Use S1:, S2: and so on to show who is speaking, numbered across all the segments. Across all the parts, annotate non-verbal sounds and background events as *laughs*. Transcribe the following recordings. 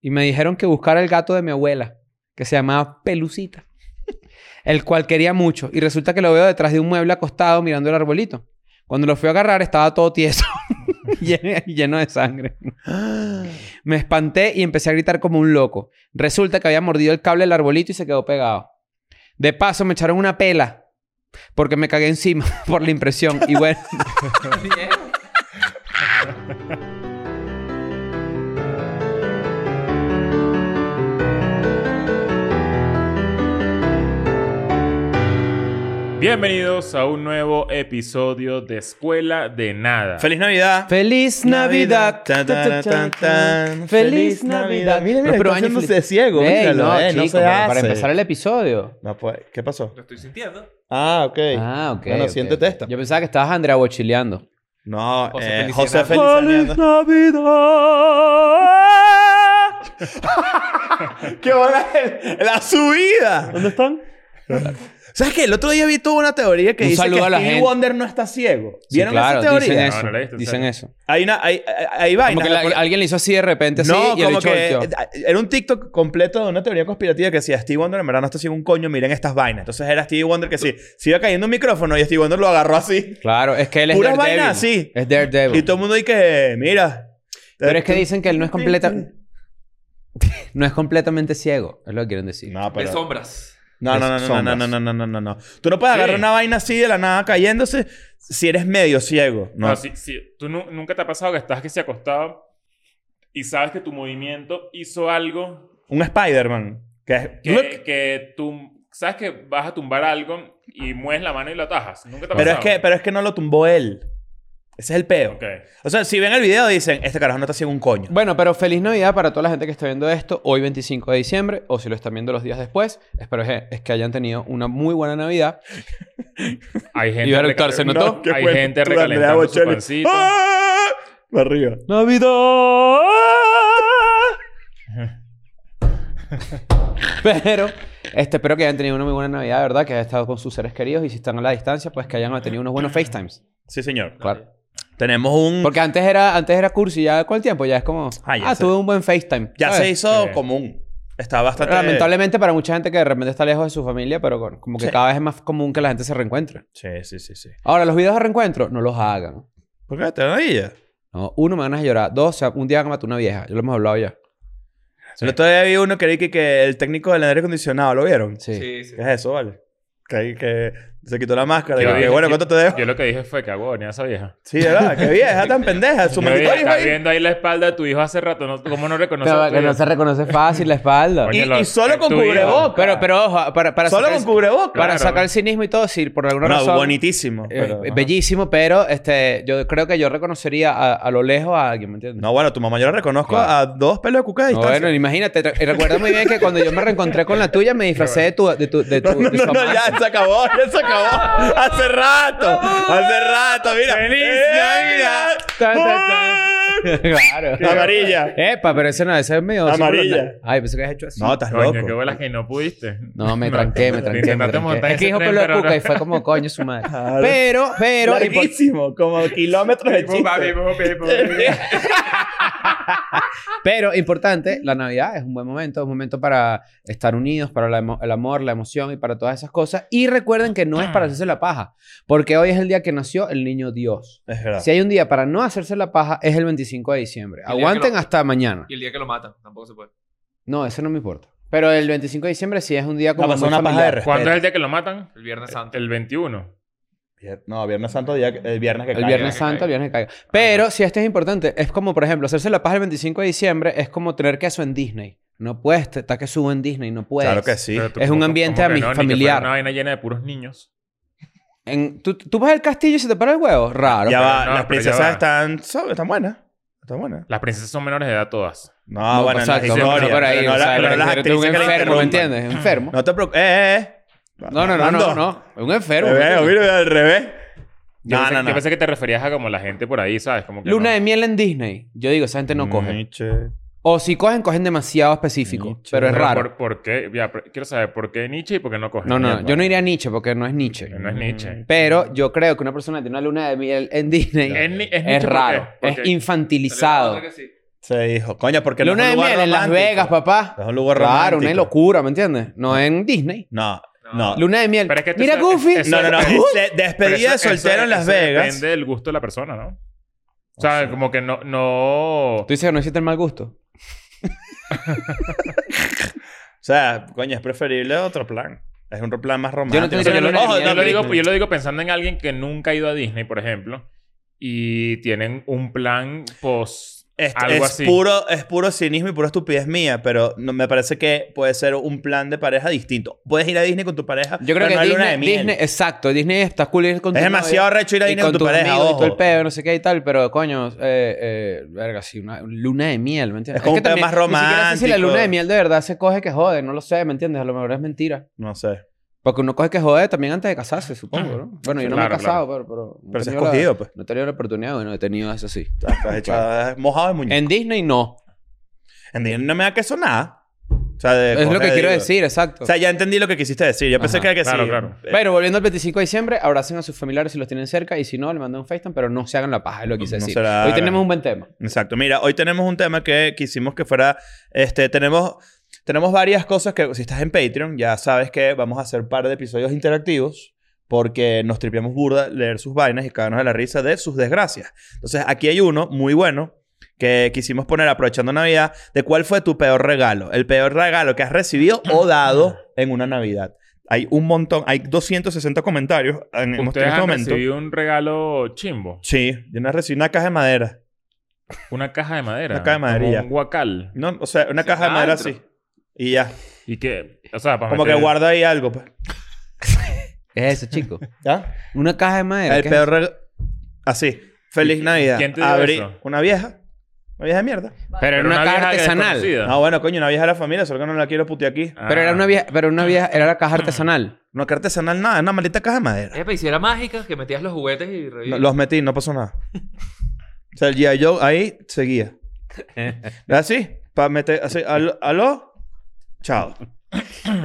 S1: Y me dijeron que buscara el gato de mi abuela, que se llamaba Pelucita, el cual quería mucho. Y resulta que lo veo detrás de un mueble acostado mirando el arbolito. Cuando lo fui a agarrar estaba todo tieso, *laughs* lleno, lleno de sangre. me espanté y empecé a gritar como un loco. Resulta que había mordido el cable del arbolito y se quedó pegado. De paso me echaron una pela porque me cagué encima *laughs* por la impresión. Y bueno...
S2: Bienvenidos a un nuevo episodio de Escuela de Nada.
S3: Ah. ¡Feliz Navidad!
S1: ¡Feliz Navidad!
S3: Tan, tan, tan, tan.
S1: ¡Feliz Navidad!
S3: Mira, mira,
S1: pero
S3: está
S1: año
S3: haciéndose
S1: feliz.
S3: ciego,
S1: Ey,
S3: míralo,
S1: no,
S3: eh, no
S1: chico,
S3: se
S1: pero Para
S3: hace.
S1: empezar el episodio.
S3: No, pues, ¿qué pasó?
S2: Lo estoy sintiendo.
S3: Ah, ok.
S1: Ah, ok.
S3: Bueno,
S1: ok,
S3: siéntete
S1: ok.
S3: esta.
S1: Yo pensaba que estabas Andrea bochileando.
S3: No,
S2: José
S3: eh,
S2: Feliciano.
S3: José Feliciano.
S1: Navidad!
S3: *laughs* ¡Qué bola es ¡La subida!
S1: ¿Dónde están?
S3: ¿Sabes qué? El otro día vi toda una teoría que
S1: Un
S3: dice que
S1: saludo a la
S3: Stevie
S1: gente.
S3: Wonder no está ciego.
S1: Sí,
S3: ¿Vieron
S1: claro,
S3: esa teoría?
S1: dicen eso.
S2: No, no la he visto,
S1: dicen
S2: ¿sabes?
S1: eso.
S3: Hay una... Hay, hay, hay vainas.
S1: Como que la-
S3: Por-
S1: alguien le hizo así de repente, así,
S3: No,
S1: y el
S3: como
S1: bicho
S3: que eh,
S1: volteó.
S3: era un TikTok completo de una teoría conspirativa que decía Steve Wonder en verdad no está haciendo un coño, miren estas vainas. Entonces era Steve Wonder que sí, se iba cayendo un micrófono y Steve Wonder lo agarró así.
S1: Claro, es que él es
S3: Puras
S1: Daredevil.
S3: vainas así.
S1: Es Daredevil.
S3: Y todo el mundo dice que, mira. este
S1: Pero es que dicen que él no es completa... *laughs* no es completamente ciego. Es lo que quieren decir.
S3: No,
S2: De
S3: pero...
S2: sombras.
S3: No, no, no,
S1: de
S3: no, no,
S1: sombras.
S3: no, no, no, no, no, no. Tú no puedes
S2: Sí.
S3: agarrar una vaina así de la nada cayéndose si eres medio ciego. No.
S2: No,
S1: Ah,
S2: si, si- tú nu- nunca te ha pasado que estás que se acostado y sabes que tu movimiento hizo algo
S3: Un Spider-Man. Que es... look.
S2: que, que tú sabes que vas a tumbar algo y mueves la mano y lo atajas. Nunca te ha
S3: Pero es,
S2: pasado.
S3: que, pero es que no lo tumbó él. Ese es el peo.
S2: Ok.
S3: O sea, si ven el video dicen, este carajo no está haciendo un coño.
S1: Bueno, pero feliz Navidad para toda la gente que está viendo esto hoy 25 de diciembre o si lo están viendo los días después. Espero que, es que hayan tenido una muy buena Navidad.
S2: Hay gente,
S1: Iba a eructar, ¿se
S2: recal-
S1: notó?
S2: No, hay gente recalentando su pancito. ¡Ah!
S3: arriba.
S1: Navidad. *laughs* Pero este, espero que hayan tenido una muy buena Navidad, de ¿verdad? Que hayan estado con sus seres queridos y si están a la distancia, pues que hayan tenido unos buenos FaceTimes.
S3: Sí, señor.
S1: Claro.
S3: Tenemos un...
S1: Porque antes era, antes era cursi, ya con el tiempo ya es como,
S3: Ah,
S1: ah,
S3: ya sé.
S1: tuve un buen FaceTime.
S3: ya
S1: ¿sabes?
S3: se hizo eh.
S2: Sí.
S3: común. Está bastante...
S1: Lamentablemente para mucha gente que de repente está lejos de su familia, pero con- como que
S3: Sí.
S1: cada vez es más común que la gente se reencuentre.
S3: Sí, sí, sí, sí.
S1: Ahora, los videos de reencuentro, no los hagan.
S3: ¿Por qué? ¿Te ella?
S1: No, uno, me van a llorar. Dos, o sea, un día me mató una vieja. Ya lo hemos hablado ya.
S3: El otro día vi uno que dije que el técnico del aire acondicionado, ¿lo vieron?
S1: Sí.
S3: ¿Qué es eso, vale? Que, que se quitó la máscara.
S2: Yo
S3: Y que,
S2: dije-
S3: bueno, ¿cuánto te dejo?
S2: Yo lo que dije fue que hago a esa vieja.
S3: Sí, ¿verdad? Qué vieja tan pendeja. Su
S2: Yo dije,
S3: monitor iba
S2: Estás
S3: ahí.
S2: viendo ahí la espalda de tu hijo hace rato. ¿no? ¿Cómo no reconoces? a
S1: Pero
S2: tu
S1: que no
S2: hijo?
S1: se reconoce fácil la espalda.
S2: Coño,
S3: Y-
S2: lo-
S3: y solo
S2: es
S3: con
S2: tu hijo.
S3: cubrebocas.
S1: pero, pero ojo, para, para
S3: Solo
S1: sacar
S3: con
S1: el-
S3: cubrebocas.
S1: Para
S2: Claro.
S1: sacar el cinismo y todo, sí, por alguna
S3: No,
S1: razón.
S3: bonitísimo.
S1: eh,
S3: pero- ajá.
S1: bellísimo, pero este, yo creo que yo reconocería a, a lo lejos a alguien, ¿me entiendes?
S3: No, bueno, tu mamá yo la reconozco
S1: Claro.
S3: a dos pelos de cuca de
S1: No,
S3: distancia.
S1: bueno, imagínate. tra- Recuerdo muy bien que cuando yo me reencontré con la tuya, me disfracé de tu... De tu, de tu,
S3: No, no,
S1: de tu
S3: no, no,
S1: amante.
S3: ya se acabó, ya se acabó. Hace rato, hace rato, mira.
S2: ¡Feliz
S3: ¡Eh,
S1: Tan, tan,
S3: mira!
S1: tan. *laughs* claro.
S3: ¡Eh! Amarilla.
S1: Epa, pero ese no, ese es medio...
S3: Amarilla.
S1: circular. Ay, pensé que has hecho así.
S3: No, estás
S2: Coño, qué
S3: loco.
S2: bolas que no pudiste.
S1: No,
S2: *laughs*
S1: me tranqué, me
S2: te
S1: tranqué. me
S2: intentaste
S1: tranqué.
S2: montar
S1: Es que
S2: ese
S1: dijo
S2: tren,
S1: pelo de
S2: pero
S1: cuca
S2: no.
S1: y fue como coño su
S2: *laughs*
S1: madre.
S3: Claro.
S1: Pero, pero.
S3: Larguísimo, como kilómetros de
S2: Pipo,
S3: chiste.
S2: pipo, pipo,
S3: *laughs*
S2: pipo.
S1: Pero importante, la Navidad es un buen momento, es un momento para estar unidos, para la emo- el amor, la emoción y para todas esas cosas. Y recuerden que no es para hacerse la paja, porque hoy es el día que nació el niño Dios.
S3: Es verdad.
S1: Si hay un día para no hacerse la paja, es el 25 de diciembre.
S4: El día que
S1: Aguanten
S4: lo-
S1: hasta mañana.
S4: Y el día que lo matan, tampoco se puede.
S1: No, eso no me importa. Pero el 25 de diciembre sí es un día como
S3: No, pasó
S1: muy
S3: una paja
S1: familiar.
S3: de respeto.
S2: ¿Cuándo es el día que lo matan?
S4: El Viernes Santo.
S2: El 21.
S3: Vier- No, Viernes Santo, día, el viernes que
S1: El
S3: caiga.
S1: Viernes
S4: que
S1: Santo,
S4: caiga.
S1: el Viernes que caiga. Pero si esto es importante, es como, por ejemplo, hacerse la paja el 25 de diciembre es como tener queso en Disney. No puedes, te- está que subo en Disney, no puedes.
S3: Claro que sí.
S2: Pero tú,
S1: Es un
S2: ¿cómo-
S1: ambiente
S2: cómo
S1: a
S2: que
S1: mi
S2: no? Ni que
S1: familiar.
S2: fuera Una vaina llena de puros niños.
S1: En- ¿tú, tú vas al castillo y se te para el huevo. Raro.
S3: Ya
S2: pero
S3: va,
S2: no, pero
S3: las
S2: ya
S3: princesas
S2: va.
S3: están, so- están buenas. Están buenas.
S2: Las princesas son menores de edad todas.
S3: No, Ah, bueno,
S1: pues,
S3: en las
S1: exacto,
S2: no,
S3: historias,
S1: no, por ahí,
S3: pero no
S1: o
S3: la-
S1: sea,
S3: pero
S1: me
S3: las
S1: refiero, tú
S3: actrices que
S1: un
S3: la
S1: enfermo, ¿me
S3: interrumpan.
S1: entiendes? Enfermo.
S3: No te preocupes. Eh, eh.
S1: No, no, no, no, no. Un enfermo. ¿me
S3: Mira,
S1: entiendes?
S3: mira, al revés.
S2: Yo,
S3: No,
S2: pensé,
S3: no,
S2: yo
S3: no.
S2: pensé que te referías a como la gente por ahí, ¿sabes? Como que
S1: Luna
S2: no.
S1: de miel en Disney. Yo digo, esa gente no coge.
S3: Nietzsche.
S1: O si cogen, cogen demasiado específico.
S3: Nietzsche.
S1: Pero es
S2: Pero
S1: raro.
S2: ¿Por, por qué? Ya, pero quiero saber por qué Nietzsche y por qué no coge.
S1: No, no,
S2: Mierda.
S1: yo no iría a Nietzsche porque no es Nietzsche.
S2: No es Nietzsche.
S1: Pero yo creo que una persona que tiene una luna de miel en Disney
S2: Es, ni- es
S1: es,
S2: Nietzsche
S1: raro.
S2: porque- porque-
S1: Es infantilizado.
S4: Salió la otra que sí.
S3: Se dijo, coño, porque no es
S1: Luna
S3: un
S1: de
S3: lugar
S1: miel en Las
S3: romántico.
S1: Vegas, papá.
S3: No Es un lugar
S1: Claro, una
S3: romántico.
S1: locura, ¿me entiendes? No en Disney.
S3: No, no.
S1: Luna uh. de miel.
S2: Pero es que tú
S1: Mira,
S2: sabes-
S1: Goofy.
S2: es-
S3: No, no, no.
S2: Eso-
S3: De-
S2: Pero
S3: despedida de
S2: eso-
S3: soltero
S2: eso-
S3: en Las
S2: eso
S3: Vegas.
S2: Depende del gusto de la persona, ¿no? O
S3: O
S2: sea,
S3: sea.
S2: como que no, no.
S1: Tú dices que no existe el mal gusto.
S3: O sea, coño, es preferible otro plan. Es un plan más romántico.
S1: Yo no
S2: O
S1: tengo
S2: sea, yo, lo,
S1: Luna de
S2: ojo,
S1: miel.
S2: yo lo digo,
S1: Disney.
S2: yo lo digo pensando en alguien que nunca ha ido a Disney, por ejemplo, y tienen un plan post.
S3: Es,
S2: algo
S3: es
S2: así.
S3: puro, es puro cinismo y pura estupidez mía, pero no, me parece que puede ser un plan de pareja distinto. Puedes ir a Disney con tu pareja,
S1: Yo creo
S3: pero
S1: que
S3: no hay luna de
S1: Disney,
S3: miel.
S1: Disney- exacto, Disney está cool ir con
S3: es
S1: tu
S3: demasiado
S1: novia
S3: recho ir a
S1: y
S3: Disney con tu
S1: tus
S3: pareja,
S1: amigos y todo el
S3: ojo.
S1: pedo, no sé qué y tal, pero coño, eh, eh, verga, sí, una luna de miel, ¿me entiendes?
S3: Es como un pedo
S1: también Ni
S3: más
S1: siquiera sé si la
S3: romántico.
S1: luna de miel de verdad se coge que jode, no lo sé, ¿me entiendes? A lo mejor es mentira.
S3: No sé.
S1: Porque uno coge que jode también antes de casarse, supongo, ¿no? Bueno, yo no me
S2: Ah, Claro,
S1: he casado, pero... Pero, no he
S3: Pero se ha
S1: tenido la-
S3: escogido, pues.
S1: No he tenido la oportunidad, bueno, he tenido eso sí.
S3: Te has echado- mojado de muñeco.
S1: En Disney no.
S3: En Disney no me da queso nada. O sea, de
S1: Es lo
S3: coger,
S1: que quiero
S3: digo.
S1: decir, exacto.
S3: O sea, ya entendí lo que quisiste decir. Yo pensé
S1: Ajá.
S3: que era que
S2: Claro,
S3: sí.
S2: claro.
S3: Eh,
S1: Bueno, volviendo al 25 de diciembre, abracen a sus familiares si los tienen cerca y si no, le manden un FaceTime, pero no se hagan la paja, es lo que quise
S3: No
S1: decir.
S3: se la
S1: Hoy
S3: hagan.
S1: tenemos un buen tema.
S3: Exacto. Mira, hoy tenemos un tema que quisimos que fuera. Este, tenemos, tenemos varias cosas que, si estás en Patreon, ya sabes que vamos a hacer un par de episodios interactivos. Porque nos tripeamos burda leer sus vainas y cagarnos de la risa de sus desgracias. Entonces, aquí hay uno muy bueno que quisimos poner aprovechando Navidad de cuál fue tu peor regalo. El peor regalo que has recibido o dado en una Navidad. Hay un montón, hay 260 comentarios en, en este
S2: Ustedes han
S3: momento.
S2: recibido un regalo chimbo.
S3: Sí, yo no recibí una caja de madera.
S2: Una caja de madera.
S3: Una caja de
S2: como
S3: maderilla.
S2: Un guacal.
S3: No, o sea, una
S2: Sí,
S3: caja de madera
S2: adentro.
S3: así. Y ya.
S2: Y que, o sea, para
S3: Como que
S2: meter-
S3: guarda ahí algo, pues.
S1: Es eso,
S3: *laughs*
S1: chico.
S3: ¿Ya?
S1: Una caja de madera.
S3: El
S1: Eh, ¿qué
S3: peor regalo. Así. Feliz Navidad.
S2: quién te dio
S3: Abrí
S2: eso?
S3: Una vieja. Una vieja de mierda.
S1: es? Pero era
S2: Pero
S1: una, caja
S2: vieja que
S1: artesanal.
S2: desconocida.
S3: No, bueno, coño, una vieja de la familia, solo que no la quiero putear aquí.
S2: Ah.
S1: Pero era una vieja, pero una vieja, era la caja artesanal.
S3: No que artesanal nada, una maldita caja de madera.
S2: Eh.
S4: Epa, y si era mágica, que metías los juguetes y
S3: No,
S4: revivías.
S3: los metí, no
S2: *laughs*
S3: pasó nada. O sea, el G.I. Joe ahí seguía. Así, para meter, así, aló, aló,
S2: *coughs*
S3: chao.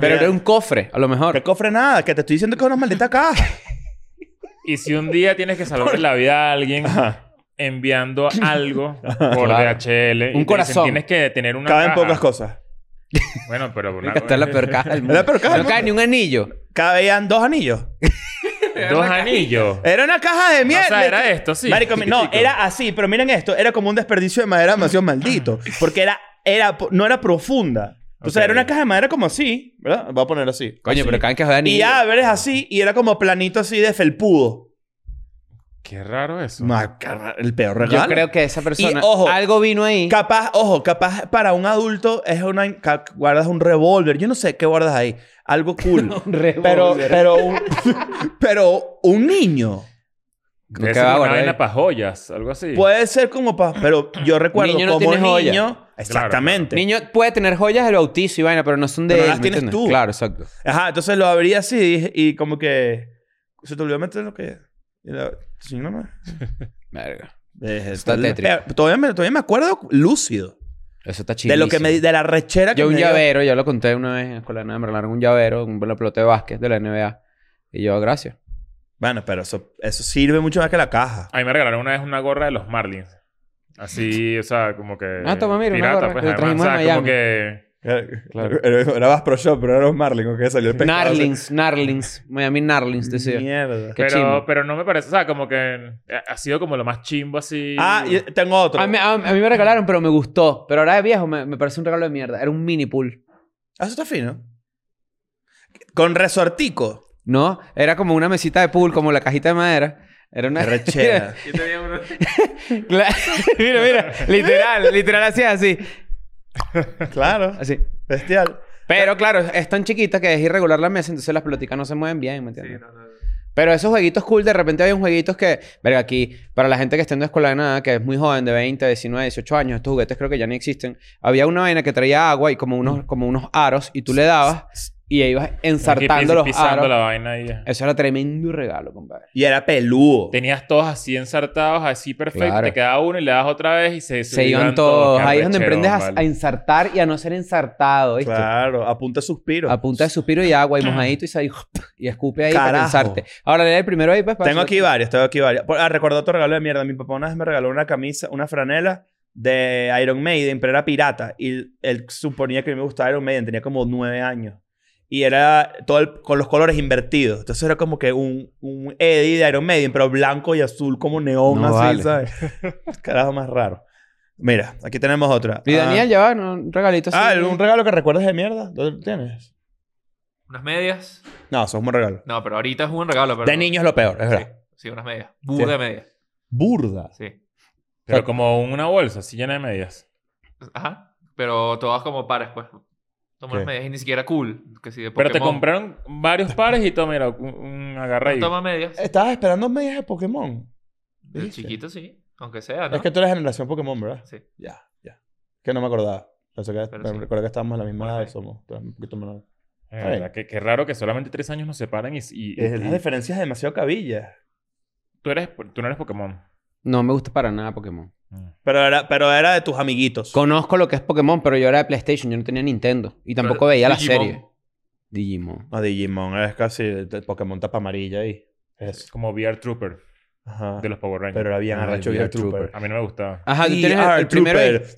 S1: Pero era un cofre, a lo
S3: Mm. ¿Qué
S1: mejor.
S3: cofre nada? Que te estoy diciendo que es una maldita caja.
S2: Y si un día tienes que salvar
S3: *laughs*
S2: la vida a alguien
S3: Ajá. *laughs*
S2: enviando algo por
S1: Claro.
S2: DHL. y
S1: Un
S2: te dicen,
S1: corazón.
S2: tienes que tener una
S3: Caben
S2: caja.
S3: pocas cosas.
S2: Bueno, pero... por una-
S1: Esta es la peor caja del mundo.
S3: la peor caja del
S1: No cae ni un anillo.
S3: Cabían dos anillos.
S2: *laughs* Dos anillos.
S3: Era una caja de
S2: o
S3: mierda.
S2: sea, era esto, sí.
S3: Eh, Marico, mi- no,
S2: Chiquitico.
S3: era así, pero miren esto, era como un desperdicio de madera demasiado maldito, porque era, era, po- no era profunda. O sea,
S2: Ok.
S3: era una caja de madera como así, ¿verdad? Voy a poner así.
S1: Coño, pero caen que joder
S3: Y
S1: anillo.
S3: abres así y era como planito así de felpudo.
S2: Qué raro eso.
S3: Ma- carna- El peor
S1: Yo
S3: regalo.
S1: creo que esa persona.
S3: Y, ojo,
S1: algo vino ahí.
S3: Capaz, ojo, capaz para un adulto es una... ca- Guardas un revólver. Yo no sé qué guardas ahí. Algo cool.
S1: *laughs*
S3: pero, pero, un, *laughs* pero un niño.
S2: Debe
S1: ¿Qué
S2: ser
S1: va a
S2: una
S1: guardar ahí?
S2: vaina para joyas, algo así.
S3: Puede ser como pa... Pero
S1: *clears throat*
S3: yo recuerdo
S1: Niño no
S3: como
S1: tiene
S3: niño...
S1: joya.
S3: Exactamente.
S1: Niño puede tener joyas del bautizo y vaina, pero no son de
S3: Este. Pero
S1: él,
S3: las
S1: ¿me
S3: tienes
S1: entiendes?
S3: tú.
S1: Claro, exacto.
S3: Ajá, entonces lo abrí así y, y como que... Se te olvidó meter lo que... y la- Si no, no...
S1: Verga.
S3: Eh,
S1: Está
S3: el-
S1: tétrico.
S3: eh, Todavía me, todavía me acuerdo lúcido.
S1: Eso está chido.
S3: De lo que me... De la rechera que
S1: Yo un
S3: me dio.
S1: llavero, ya lo conté una vez en la escuela de nada, me regalaron un llavero, un pelota de básquet de la NBA. Y yo, gracias.
S3: Bueno, pero eso, eso sirve mucho más que la caja.
S2: A mí me regalaron una vez una gorra de los Marlins.
S3: *laughs*
S2: Así, o sea, como que...
S1: Ah, toma, mira, una
S2: pirata,
S1: gorra
S2: pues,
S1: que
S2: además,
S1: trajimos
S2: o sea,
S1: de
S2: como
S1: Miami.
S2: que...
S1: Claro.
S3: Era, era más pro shop, pero era los Marlin, con que salió el pescado.
S1: Narlins, Narlins. Miami Narlins, decía.
S3: Mierda.
S1: Qué
S2: Pero,
S1: chimbo.
S2: pero no me parece, o sea, como que ha sido como lo más chimbo así.
S3: Ah, y tengo otro.
S1: A mí, a- a mí me regalaron, pero me gustó. Pero ahora de viejo me, me parece un regalo de mierda. Era un mini pool.
S3: Ah, Eso está fino. Con resortico.
S1: *laughs* ¿No? Era como una mesita de pool, como la cajita de madera. Era una... *laughs*
S3: Rechera.
S4: Yo tenía uno.
S1: Claro. *laughs* mira, mira. Literal. Literal así, así.
S3: claro.
S1: Así.
S3: Bestial.
S1: Pero claro, es tan chiquita que es irregular la mesa, entonces las pelotitas no se mueven bien, ¿me
S4: Sí,
S1: entiendes?
S4: no, no, no.
S1: Pero esos jueguitos cool, de repente hay un jueguitos que, verga, aquí, para la gente que está en la escuela de nada, que es muy joven, de 20, 19, 18 años, estos juguetes creo que ya ni existen. Había una vaina que traía agua y como unos, como unos aros y tú le dabas y ahí ibas ensartando
S2: Aquí pis-
S1: los
S2: pisando
S1: aros.
S2: la vaina y ya.
S1: Eso era tremendo regalo, compadre.
S3: Y era peludo.
S2: Tenías todos así ensartados, así perfecto.
S1: Claro.
S2: Te quedaba uno y le das otra vez y se
S1: Se iban todos. Ahí es donde
S2: emprendes
S1: aprendes a, a ensartar y a no ser ensartado, ¿viste?
S3: Claro, apunta suspiro.
S1: A punta de suspiro y agua y mojadito y *laughs* sale y escupe ahí para
S3: Carajo.
S1: cansarte. Ahora lee el primero ahí, pues. para
S3: tengo
S1: hacer-
S3: aquí varios, tengo aquí varios. Por- Ah, recordé otro regalo de mierda. Mi papá una vez me regaló una camisa, una franela de Iron Maiden, pero era pirata. Y él suponía que a mí me gustaba Iron Maiden, tenía como nueve años. Y era todo el- con los colores invertidos. Entonces era como que un, un Eddie de Iron Maiden, pero blanco y azul como neón,
S1: No vale. *laughs*
S3: así, ¿sabes? Carajo más raro. Mira, aquí tenemos otra.
S1: Y
S3: Ah,
S1: Daniel lleva ¿no? un regalito
S3: Ah,
S1: así.
S3: ¿un regalo que recuerdes de mierda? ¿Dónde lo tienes?
S4: Unas medias.
S3: No, eso es un buen regalo.
S4: No, pero ahorita es un buen regalo. Pero...
S3: De niño es lo peor, es
S4: Sí,
S3: verdad.
S4: sí, unas medias. Burda
S3: Sí.
S4: de medias.
S3: Burda.
S4: Sí.
S2: Pero como una bolsa, así llena de medias.
S4: Ajá. Pero todas como pares, pues. Son unas
S3: Ok.
S4: medias y ni siquiera cool. Que si de
S2: Pero te
S4: Pokémon.
S2: compraron varios pares y todo, mira, un, un agarra ahí.
S4: No toma medias.
S3: Estabas esperando medias de Pokémon.
S4: De
S3: Eh, ¿Viste?
S4: chiquito, sí. Aunque sea, ¿no?
S3: Es que tú eres generación Pokémon, ¿verdad?
S4: Sí.
S3: Ya, ya. Que no me acordaba. Pensé que,
S4: Pero
S3: me
S4: sí.
S3: recuerdo que estábamos en la misma
S4: Bueno,
S3: edad y
S4: sí.
S3: somos tú eres un poquito menor.
S2: Es
S3: Está bien.
S2: verdad, que, que raro que solamente tres años nos separan y, y-
S3: Eh,
S2: y-
S3: Las diferencias demasiado cabillas.
S2: tú, eres, tú no eres Pokémon.
S1: No me gusta para nada Pokémon.
S2: Mm.
S3: Pero era, pero era de tus amiguitos.
S1: Conozco lo que es Pokémon, pero yo era de PlayStation, yo no tenía Nintendo. Y tampoco
S4: Pero
S1: veía la
S4: Digimon.
S1: serie. Digimon.
S3: No, Digimon es casi el el Pokémon tapa amarilla ahí. Es.
S2: Es como VR Trooper
S3: Ajá.
S2: de los Power Rangers.
S3: Pero Ah, era bien
S1: Ah, el
S3: arrecho
S1: VR
S3: VR Trooper.
S2: A mí no me gustaba.
S1: Ajá, tú tienes el,
S3: VR
S1: el primero ahí.
S3: Trooper.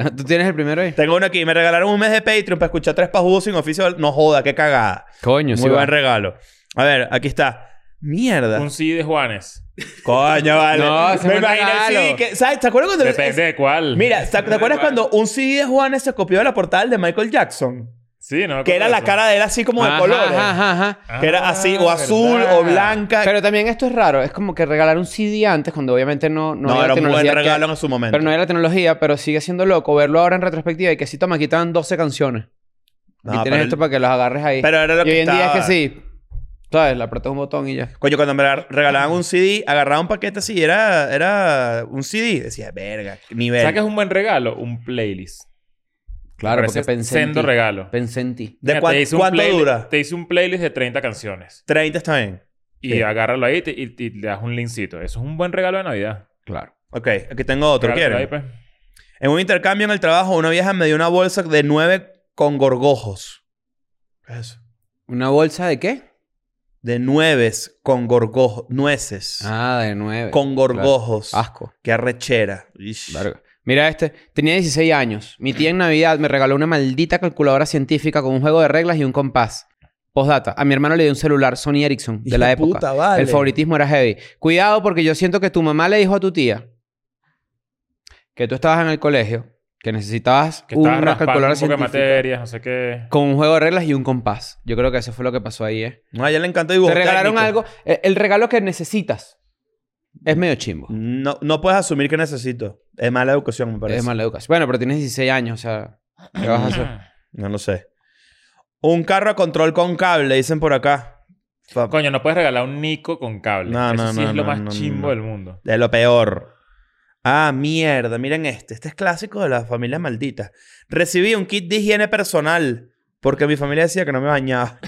S1: Ajá, Tú tienes el primero ahí.
S3: Tengo uno aquí. Me regalaron un mes de Patreon para escuchar tres pajudos sin oficio. No joda, qué cagada.
S1: Coño,
S3: Muy
S1: sí. va.
S3: buen regalo. A ver, aquí está. Mierda.
S2: Un CD de Juanes.
S3: *laughs* Coño, vale.
S1: No, ese
S3: me
S1: es un
S3: imagino el
S1: regalo.
S3: CD que- ¿Sabes? ¿Te acuerdas cuando...
S2: Depende de cuál.
S3: Mira, ¿te, te acuerdas
S4: Igual.
S3: cuando un CD de Juanes se copió de la portada del de Michael Jackson?
S2: Sí, no me
S3: Que
S2: acuerdo
S3: era
S2: de
S3: la
S2: eso.
S3: cara de él así como de
S1: Ajá,
S3: colores.
S1: ajá, ajá, ajá.
S2: Ah,
S3: Que era así, o azul,
S2: verdad.
S3: o blanca.
S1: Pero también esto es raro. Es como que regalar un CD antes, cuando obviamente no, no,
S3: no,
S1: había
S3: era un buen
S1: tecnología. que-
S3: regalo en su momento.
S1: pero no era la tecnología, pero sigue siendo loco verlo ahora en retrospectiva y que si toma, quitaban 12 canciones.
S3: No,
S1: y tienes
S3: Ah, pero-
S1: esto para que los agarres ahí.
S3: Pero era lo
S1: y
S3: que
S1: hoy en día es
S3: estaba.
S1: que sí. ¿Sabes? Le apretas un botón y ya.
S3: Coño, cuando me la- regalaban un CD, agarraba un paquete así, era, era un CD. Decía, verga, qué nivel.
S2: ¿Sabes qué es un buen regalo? Un playlist.
S1: Claro,
S2: Parece
S1: porque pensé en,
S2: Sendo
S1: ti.
S2: regalo.
S1: pensé en ti.
S3: ¿De
S2: Mira,
S3: cuán-
S2: te hice un
S3: cuánto
S2: playlist-
S3: dura?
S2: Te hice un playlist de 30 canciones.
S3: 30 está bien.
S2: Y
S3: Sí.
S2: agárralo ahí y, te- y- y le das un linkcito. Eso es un buen regalo de Navidad.
S1: Claro.
S3: Ok, aquí tengo otro.
S2: Regálalo
S3: ¿Quieren?
S2: ahí, pues.
S3: En un intercambio en el trabajo, una vieja me dio una bolsa de nueve con gorgojos. ¿Qué es eso?
S1: ¿Una bolsa de qué?
S3: De nueves con gorgojos. Nueces.
S1: Ah, de nueve.
S3: con gorgojos.
S1: Asco.
S3: Qué arrechera. Ish.
S1: Verga. Mira este. Tenía 16 años. Mi tía en Navidad me regaló una maldita calculadora científica con un juego de reglas y un compás. Postdata. A mi hermano le dio un celular Sony Ericsson de
S3: Hijo
S1: la época.
S3: puta, vale.
S1: El favoritismo era heavy. Cuidado porque yo siento que tu mamá le dijo a tu tía que tú estabas en el colegio, que necesitabas
S2: Que estabas
S1: una
S2: raspando
S1: calculadora
S2: un poco de
S1: científica
S2: materias, no sé qué.
S1: con un juego de reglas y un compás. Yo creo que eso fue lo que pasó ahí, ¿eh?
S3: No, a ella le encantó dibujo.
S1: Te regalaron
S3: técnico.
S1: algo. eh, El regalo que necesitas es medio chimbo.
S2: Mm,
S3: No, no puedes asumir que necesito. Es mala educación, me parece.
S1: Es mala educación. Bueno, pero tienes 16 años, o sea, ¿qué vas a hacer?
S2: Ah.
S3: No lo sé. Un carro a control con cable, dicen por acá. Fa-
S2: Coño, no puedes regalar un Nico con cable.
S3: No,
S2: Eso
S3: no,
S2: sí
S3: no,
S2: es lo
S3: no,
S2: más
S3: no,
S2: chimbo
S3: no.
S2: del mundo.
S3: De lo peor. Ah, mierda. Miren este. Este es clásico de la familia maldita. Recibí un kit de higiene personal porque mi familia decía que no me
S1: *laughs*
S3: bañaba.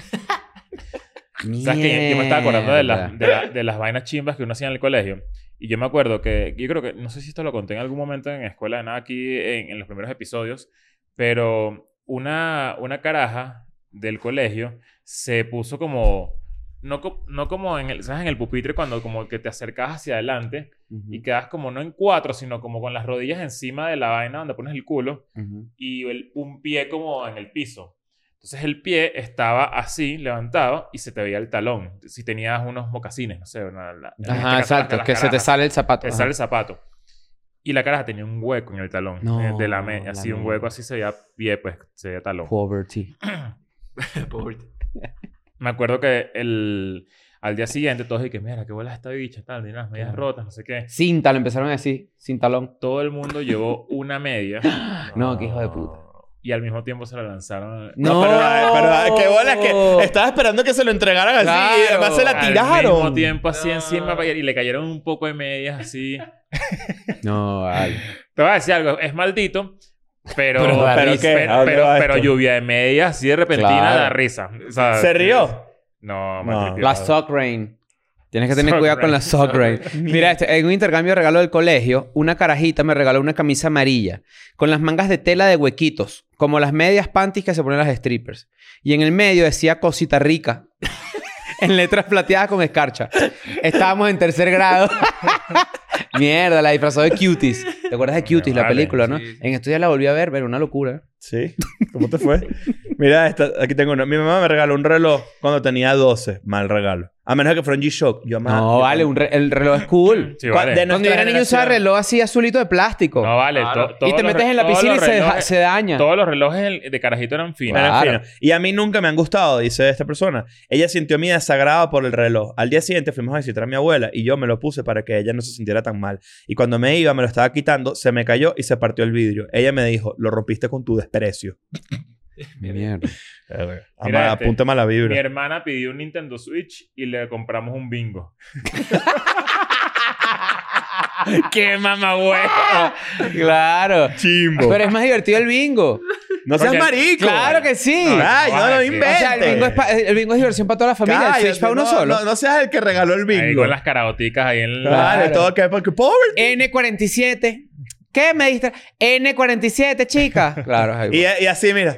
S2: ¿Sabes que yo me estaba acordando de, las-
S1: Mierda.
S2: de la- de las vainas chimbas que uno hacía en el colegio. Y yo me acuerdo que, yo creo que, no sé si esto lo conté en algún momento en Escuela de Nada aquí, en, en los primeros episodios, pero una, una caraja del colegio se puso como, no, co- no como en el, ¿sabes? En el pupitre cuando como que te acercabas hacia adelante y
S1: Ujú,
S2: quedas como no en cuatro, sino como con las rodillas encima de la vaina donde pones el culo.
S1: ujú.
S2: y el- un pie como en el piso. Entonces el pie estaba así, levantado, y se te veía el talón. Si tenías unos mocasines, no sé. una- la- en este
S1: Ajá,
S2: caso,
S1: exacto.
S2: las-
S1: que
S2: las
S1: se te
S2: carajas.
S1: sale el zapato.
S2: Te
S1: Ajá.
S2: sale el zapato. Y la caraja tenía un hueco en el talón.
S1: No,
S2: eh, de la me-
S1: la
S2: así, un
S1: mierda.
S2: hueco así se veía pie, pues se veía talón.
S1: Poverty.
S4: *laughs* Pobre.
S2: Me acuerdo que el, al día siguiente todos dije, mira, qué bola esta bicha, tal, tiene las medias rotas, no sé qué.
S1: Cinta, lo empezaron a decir. Cintalón.
S2: Todo el mundo llevó una media
S1: *laughs* No, qué hijo de puta.
S2: y al mismo tiempo se la lanzaron.
S1: No,
S3: pero, pero qué bola, es que estaba esperando que se lo entregaran así.
S1: Claro.
S3: y además se la
S2: Al
S3: tiraron.
S2: mismo tiempo así
S4: No.
S2: encima pa- y le cayeron un poco de medias así.
S1: No, vale.
S2: Te voy a decir algo, es maldito, pero
S1: Pero da
S2: pero,
S1: risa.
S2: pe-
S3: ¿A dónde
S2: pero-
S3: va
S2: pero
S3: esto?
S2: lluvia de medias así de repentina
S1: Claro.
S2: da risa. O sea,
S3: ¿Se rió?
S2: No,
S3: No.
S2: no.
S1: La sock rain. Tienes que tener
S2: Sock
S1: cuidado con
S2: rain.
S1: la sock rain. Mira, este, en un intercambio de regalo del colegio, una carajita me regaló una camisa amarilla con las mangas de tela de huequitos, como las medias panties que se ponen las strippers. Y en el medio decía cosita rica. *laughs* En letras plateadas con escarcha. Estábamos en tercer grado. *laughs* Mierda, la disfrazó de Cuties. ¿Te acuerdas de
S2: Me
S1: Cuties, la
S2: vale,
S1: película, no?
S4: sí, sí.
S1: En estos días la volví a ver, pero una locura.
S3: ¿Sí? ¿Cómo te fue? Mira, esta, aquí tengo uno. Mi mamá me regaló un reloj cuando tenía 12. Mal regalo. A menos que fuera un G-Shock. Yo amaba-
S1: No,
S3: yo-
S1: vale, un re- el reloj es cool.
S2: Sí,
S3: Cu-
S2: vale.
S3: de
S1: Cuando
S3: nuestra
S1: yo era niño usaba
S3: generación.
S1: reloj así azulito de plástico.
S2: No vale. to-
S4: Claro.
S1: y
S2: todos
S1: te
S2: los
S1: metes
S2: re-
S1: en la
S2: todos
S1: piscina y
S2: los
S1: se, deja-
S2: relojes-
S1: se daña.
S2: Todos los relojes de carajito eran finos.
S1: Claro.
S3: Bueno, en fin. Y a mí nunca me han gustado, dice esta persona. Ella sintió mi desagrado por el reloj. Al día siguiente fuimos a visitar a mi abuela y yo me lo puse para que ella no se sintiera tan mal. Y cuando me iba, me lo estaba quitando, se me cayó y se partió el vidrio. Ella me dijo, lo rompiste con tu desprecio.
S1: Mierda.
S3: Ama,
S2: este.
S3: apunta mala
S2: Mi
S3: vibra.
S2: hermana pidió un Nintendo Switch y le compramos un bingo. *laughs* ¡Qué mamagüey!
S1: claro.
S3: Chimbo.
S1: Pero es más divertido el bingo.
S3: No seas
S2: Porque-
S3: marico.
S1: Claro que sí.
S2: No, no,
S3: Ay, no lo
S2: Vale, sí.
S1: o sea, el
S3: inventes.
S1: bingo, es pa- el bingo es diversión para toda la familia.
S3: Cállate,
S1: el Switch para uno
S3: no,
S1: solo.
S3: No, no seas el que regaló el
S2: Ahí
S3: bingo.
S2: con las caraboticas ahí en la...
S3: Vale,
S1: Claro.
S3: todo que porque pobre.
S1: N47. ¿Qué me diste? N47,
S2: *laughs*
S1: chica. Claro, es
S3: Y,
S1: igual.
S3: y así, mira.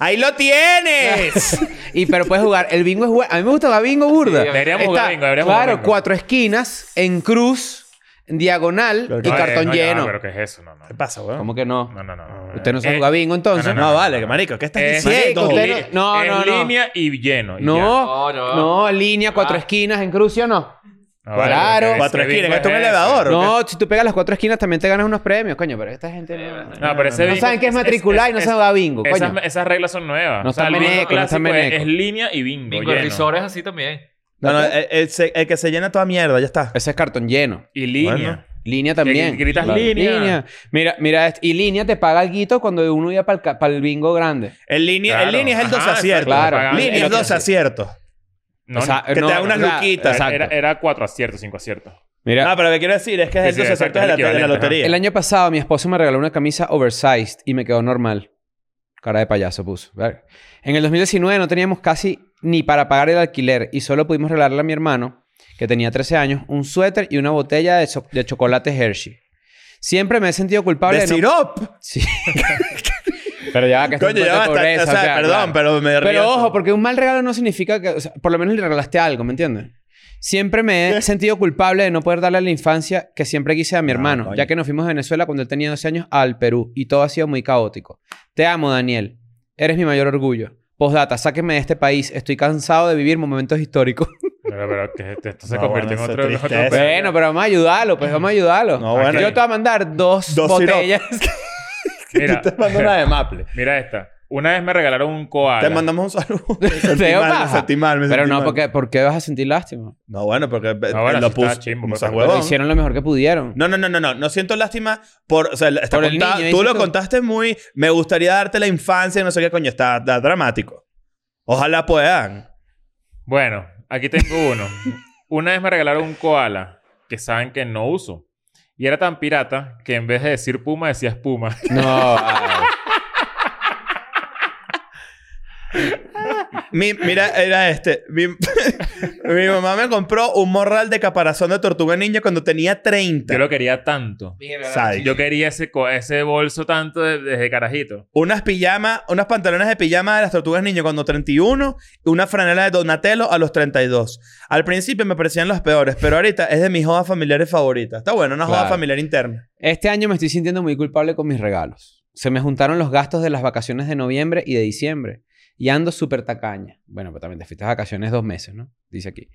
S3: ¡Ahí lo tienes!
S1: y, pero puedes jugar. El bingo es bueno. A mí me gusta jugar bingo burda.
S4: Sí,
S2: Deberíamos
S1: Está,
S2: jugar bingo, deberíamos
S1: claro,
S2: jugar bingo.
S1: cuatro esquinas en cruz, en diagonal
S3: Claro,
S1: y
S2: No, eh,
S1: cartón
S2: no, ya,
S1: lleno.
S2: pero ¿qué es eso? No, no.
S3: ¿Qué pasa, weón?
S1: ¿Cómo que no?
S2: No, no, no. no, no.
S1: Usted no
S2: Eh,
S1: sabe jugar bingo entonces.
S3: No,
S1: No,
S2: no, no,
S3: vale,
S2: no.
S3: marico, ¿qué estás
S2: es
S3: diciendo?
S1: Eh, marico, usted-
S2: línea-
S1: no,
S2: es
S1: no, no.
S2: línea y lleno. y ya.
S1: no,
S4: No, Oh,
S2: Ah.
S4: no.
S1: línea, cuatro
S4: Ah.
S1: esquinas en cruz, ¿sí o no?
S2: No, vale,
S1: claro.
S2: porque
S3: Cuatro
S2: ese
S3: esquinas,
S2: bingo
S3: esto es un
S2: ese.
S3: elevador. Claro
S1: No, si tú pegas las cuatro esquinas también te ganas unos premios, coño, pero esta gente no,
S4: Sí,
S2: No, pero ese
S1: no
S2: bingo-
S1: saben qué es
S2: es-
S1: matricular y no
S2: es-
S1: saben jugar bingo,
S2: Esas,
S1: coño.
S2: esas reglas son nuevas.
S1: No está
S2: el bingo
S1: meneco, no está
S2: clásico es-
S1: meneco.
S2: Es línea y bingo.
S4: Bingo
S2: lleno.
S4: Resort es así también.
S3: No, no, el, el se- el que se llena toda mierda, ya está.
S1: Ese es cartón lleno.
S2: Y línea.
S3: Bueno.
S1: Línea también.
S2: Que gritas, "Línea".
S1: Mira, mira, esto. y línea te paga algo cuando uno iba para el bingo grande.
S3: El línea, el
S2: Claro.
S3: línea es el dos
S2: Ajá,
S3: aciertos.
S1: claro.
S3: Línea
S1: El
S3: es
S1: otro
S3: dos aciertos.
S2: No,
S1: O sea,
S3: que te da unas
S1: claro,
S3: luquitas.
S2: era-
S1: Exacto.
S2: Era, era cuatro aciertos, cinco aciertos.
S1: mira,
S3: No, pero lo que quiero decir es que es
S2: Sí,
S3: el dos
S2: sí, exacto,
S3: aciertos de la,
S2: es
S3: de la
S2: equivalente,
S3: lotería.
S1: el año pasado mi esposo me regaló una camisa oversized y me quedó normal. Cara de payaso puso. Ver. En el 2019 no teníamos casi ni para pagar el alquiler y solo pudimos regalarle a mi hermano, que tenía 13 años, un suéter y una botella de, so- de chocolate Hershey. Siempre me he sentido culpable
S3: De
S1: no-
S3: sirop. *laughs*
S1: Sí. pero ya va, que está en
S3: Coño,
S1: cuenta
S3: ya
S1: de
S3: basta.
S1: pobreza,
S3: o sea, perdón,
S1: claro.
S3: pero me río.
S1: Pero ojo, porque un mal regalo no significa que... o sea, por lo menos le regalaste algo, ¿me entiendes? Siempre me he sentido culpable de no poder darle a la infancia que siempre quise a mi
S3: No,
S1: hermano,
S3: Ah, coño.
S1: ya que nos fuimos a Venezuela cuando él tenía 12 años al Perú y todo ha sido muy caótico. Te amo, Daniel. Eres mi mayor orgullo. Postdata, sáquenme de este país. Estoy cansado de vivir momentos
S3: *laughs*
S1: históricos.
S2: Pero, pero que este- esto se
S3: No,
S2: convirtió
S3: bueno,
S2: en
S3: eso
S2: otro.
S3: es
S2: otro-
S3: tristeza.
S2: pero-
S1: bueno, pero vamos a ayudarlo, pues vamos a ayudarlo.
S3: No, bueno.
S1: Yo te voy a mandar dos,
S3: Dos *laughs*
S1: botellas. *laughs*
S2: Mira,
S3: Te mando una de Maple.
S2: mira esta. Una vez me regalaron un koala.
S3: Te mandamos
S1: *laughs*
S3: un saludo. Me sentí
S1: Te dio
S3: mal, me
S1: paja.
S3: sentí mal, me
S1: Pero
S3: sentí
S1: no,
S3: mal.
S1: porque, ¿por qué vas a sentir lástima?
S3: No, bueno, porque eh,
S2: No, bueno,
S3: lo
S2: sí está
S3: puso.
S2: chimbo,
S3: no
S2: pero-
S3: seas
S2: pero
S1: Pero
S3: huevón.
S1: hicieron lo mejor que pudieron.
S3: No, no, no, no, no. No siento lástima por... O sea, está
S1: Por el
S3: contado-
S1: niño,
S3: tú
S1: dices
S3: lo
S1: tú.
S3: contaste muy... Me gustaría darte la infancia y no sé qué coño. Está, está dramático. Ojalá puedan.
S2: Bueno, aquí tengo uno. Una vez me regalaron un koala que saben que no uso. Y era tan pirata que en vez de decir puma, decía espuma. *laughs*
S1: No, vale.
S3: Mi- mira, era este. Mi, *laughs* mi mamá me compró un morral de caparazón de tortuga niña cuando tenía 30.
S2: Yo lo quería tanto.
S3: Sádico.
S2: Yo quería ese, co- ese bolso tanto de- desde carajito.
S3: Unas pijamas, unos pantalones de pijama de las tortugas niño cuando 31, y una franela de Donatello a los 32. Al principio me parecían los peores, pero ahorita es de mis jodas familiares favoritas. Está bueno, una joda
S1: Claro.
S3: familiar interna.
S1: Este año me estoy sintiendo muy culpable con mis regalos. Se me juntaron los gastos de las vacaciones de noviembre y de diciembre. Y ando súper tacaña. Bueno, pero también te fuiste de vacaciones dos meses, ¿no? Dice aquí.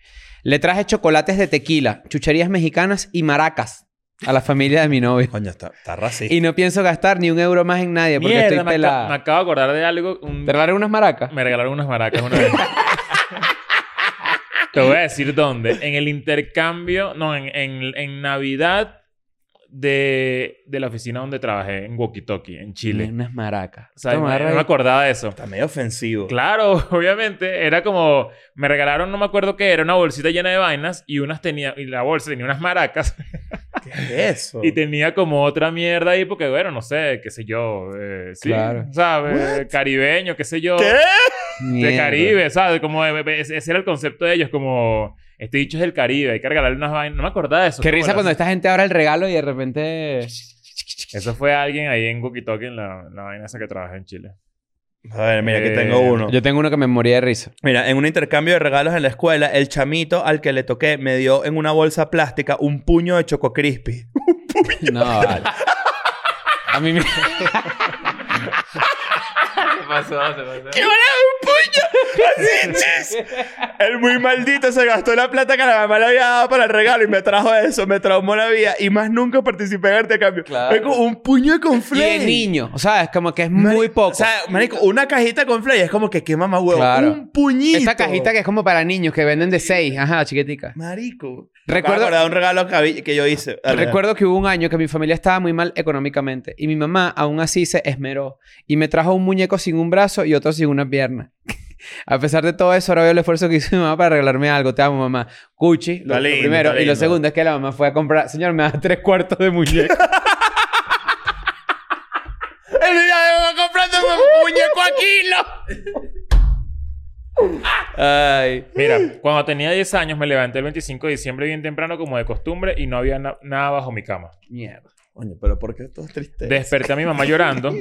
S1: Le traje chocolates de tequila, chucherías mexicanas y maracas a la familia de mi novio.
S2: *laughs*
S3: Coño, está, está racista.
S1: Y no pienso gastar ni un euro más en nadie porque estoy
S2: me, aca-
S1: pelada.
S2: me acabo de acordar de algo. un-
S1: ¿Te regalaron unas maracas?
S2: Me regalaron unas maracas una vez. Te voy a decir dónde. En el intercambio, no, en, en, en Navidad de, de la oficina donde trabajé, en Wokitoki, en Chile.
S1: Unas maracas.
S2: O sea, no,
S1: Toma,
S2: no
S1: agarra
S2: me
S1: ahí.
S2: acordaba de eso.
S3: Está medio ofensivo.
S2: Claro, *laughs* obviamente. Era como... Me regalaron, no me acuerdo qué era, una bolsita llena de vainas. Y unas tenía... Y la bolsa tenía unas maracas. *laughs*
S3: ¿Qué es eso?
S1: Oh.
S2: Y tenía como otra mierda ahí. Porque, bueno, no sé. Qué sé yo. eh, sí,
S1: Claro.
S2: ¿Sabes? Caribeño, qué sé yo.
S3: ¿Qué?
S2: De
S1: Mierda.
S2: Caribe, ¿sabes? Como eh, eh, ese era el concepto de ellos, como este dicho es del Caribe, hay que regalarle unas vainas. No me acordaba de eso.
S1: Qué
S2: ¿cómo
S1: risa
S2: era?
S1: cuando esta gente abra el regalo y de repente...
S2: Eso fue alguien ahí en Gokitoki, en la, la vaina esa que trabajé en Chile.
S3: A ver, mira, aquí
S2: Eh,
S3: tengo uno.
S1: Yo tengo uno que me moría de risa.
S3: Mira, en un intercambio de regalos en la escuela, el chamito al que le toqué me dio en una bolsa plástica un puño de
S1: *laughs*
S3: Choco Crispy.
S1: No,
S2: *laughs*
S1: vale. A mí me...
S4: Se pasó, se pasó.
S3: El muy maldito se gastó la plata que la mamá le había dado para el regalo y me trajo eso, me traumó la vida y más nunca participé en intercambio.
S4: Claro.
S3: Marico, un puño de
S1: Y
S3: conflay.
S1: de niño. O sea, es como que es
S3: Marico,
S1: muy poco.
S3: O sea, marico, una cajita con flay es como que qué mamá huevo.
S1: Claro.
S3: Un puñito.
S1: Esa cajita que es como para niños que venden de seis. Ajá, chiquitica.
S3: Marico.
S1: Recuerdo-
S3: Recuerdo... un regalo que, habí- que yo hice. Dale,
S1: Recuerdo que hubo un año que mi familia estaba muy mal económicamente y mi mamá aún así se esmeró y me trajo un muñeco sin un brazo y otro sin una pierna. *laughs* A pesar de todo eso, ahora veo el esfuerzo que hizo mi mamá para regalarme algo. Te amo, mamá. Cuchi, lo,
S3: Está
S1: lo
S3: lindo,
S1: primero.
S3: está
S1: Y lo
S3: lindo.
S1: segundo es que la mamá fue a comprar... Señor, me da *laughs* tres cuartos de muñeco.
S3: *laughs* dale. El día de comprando un muñeco a kilo.
S1: Ay.
S2: Mira, cuando tenía 10 años me levanté el 25 de diciembre bien temprano como de costumbre y no había na- nada bajo mi cama.
S1: Mierda.
S3: Coño, pero ¿por qué todo triste?
S2: Desperté a mi mamá llorando. *laughs*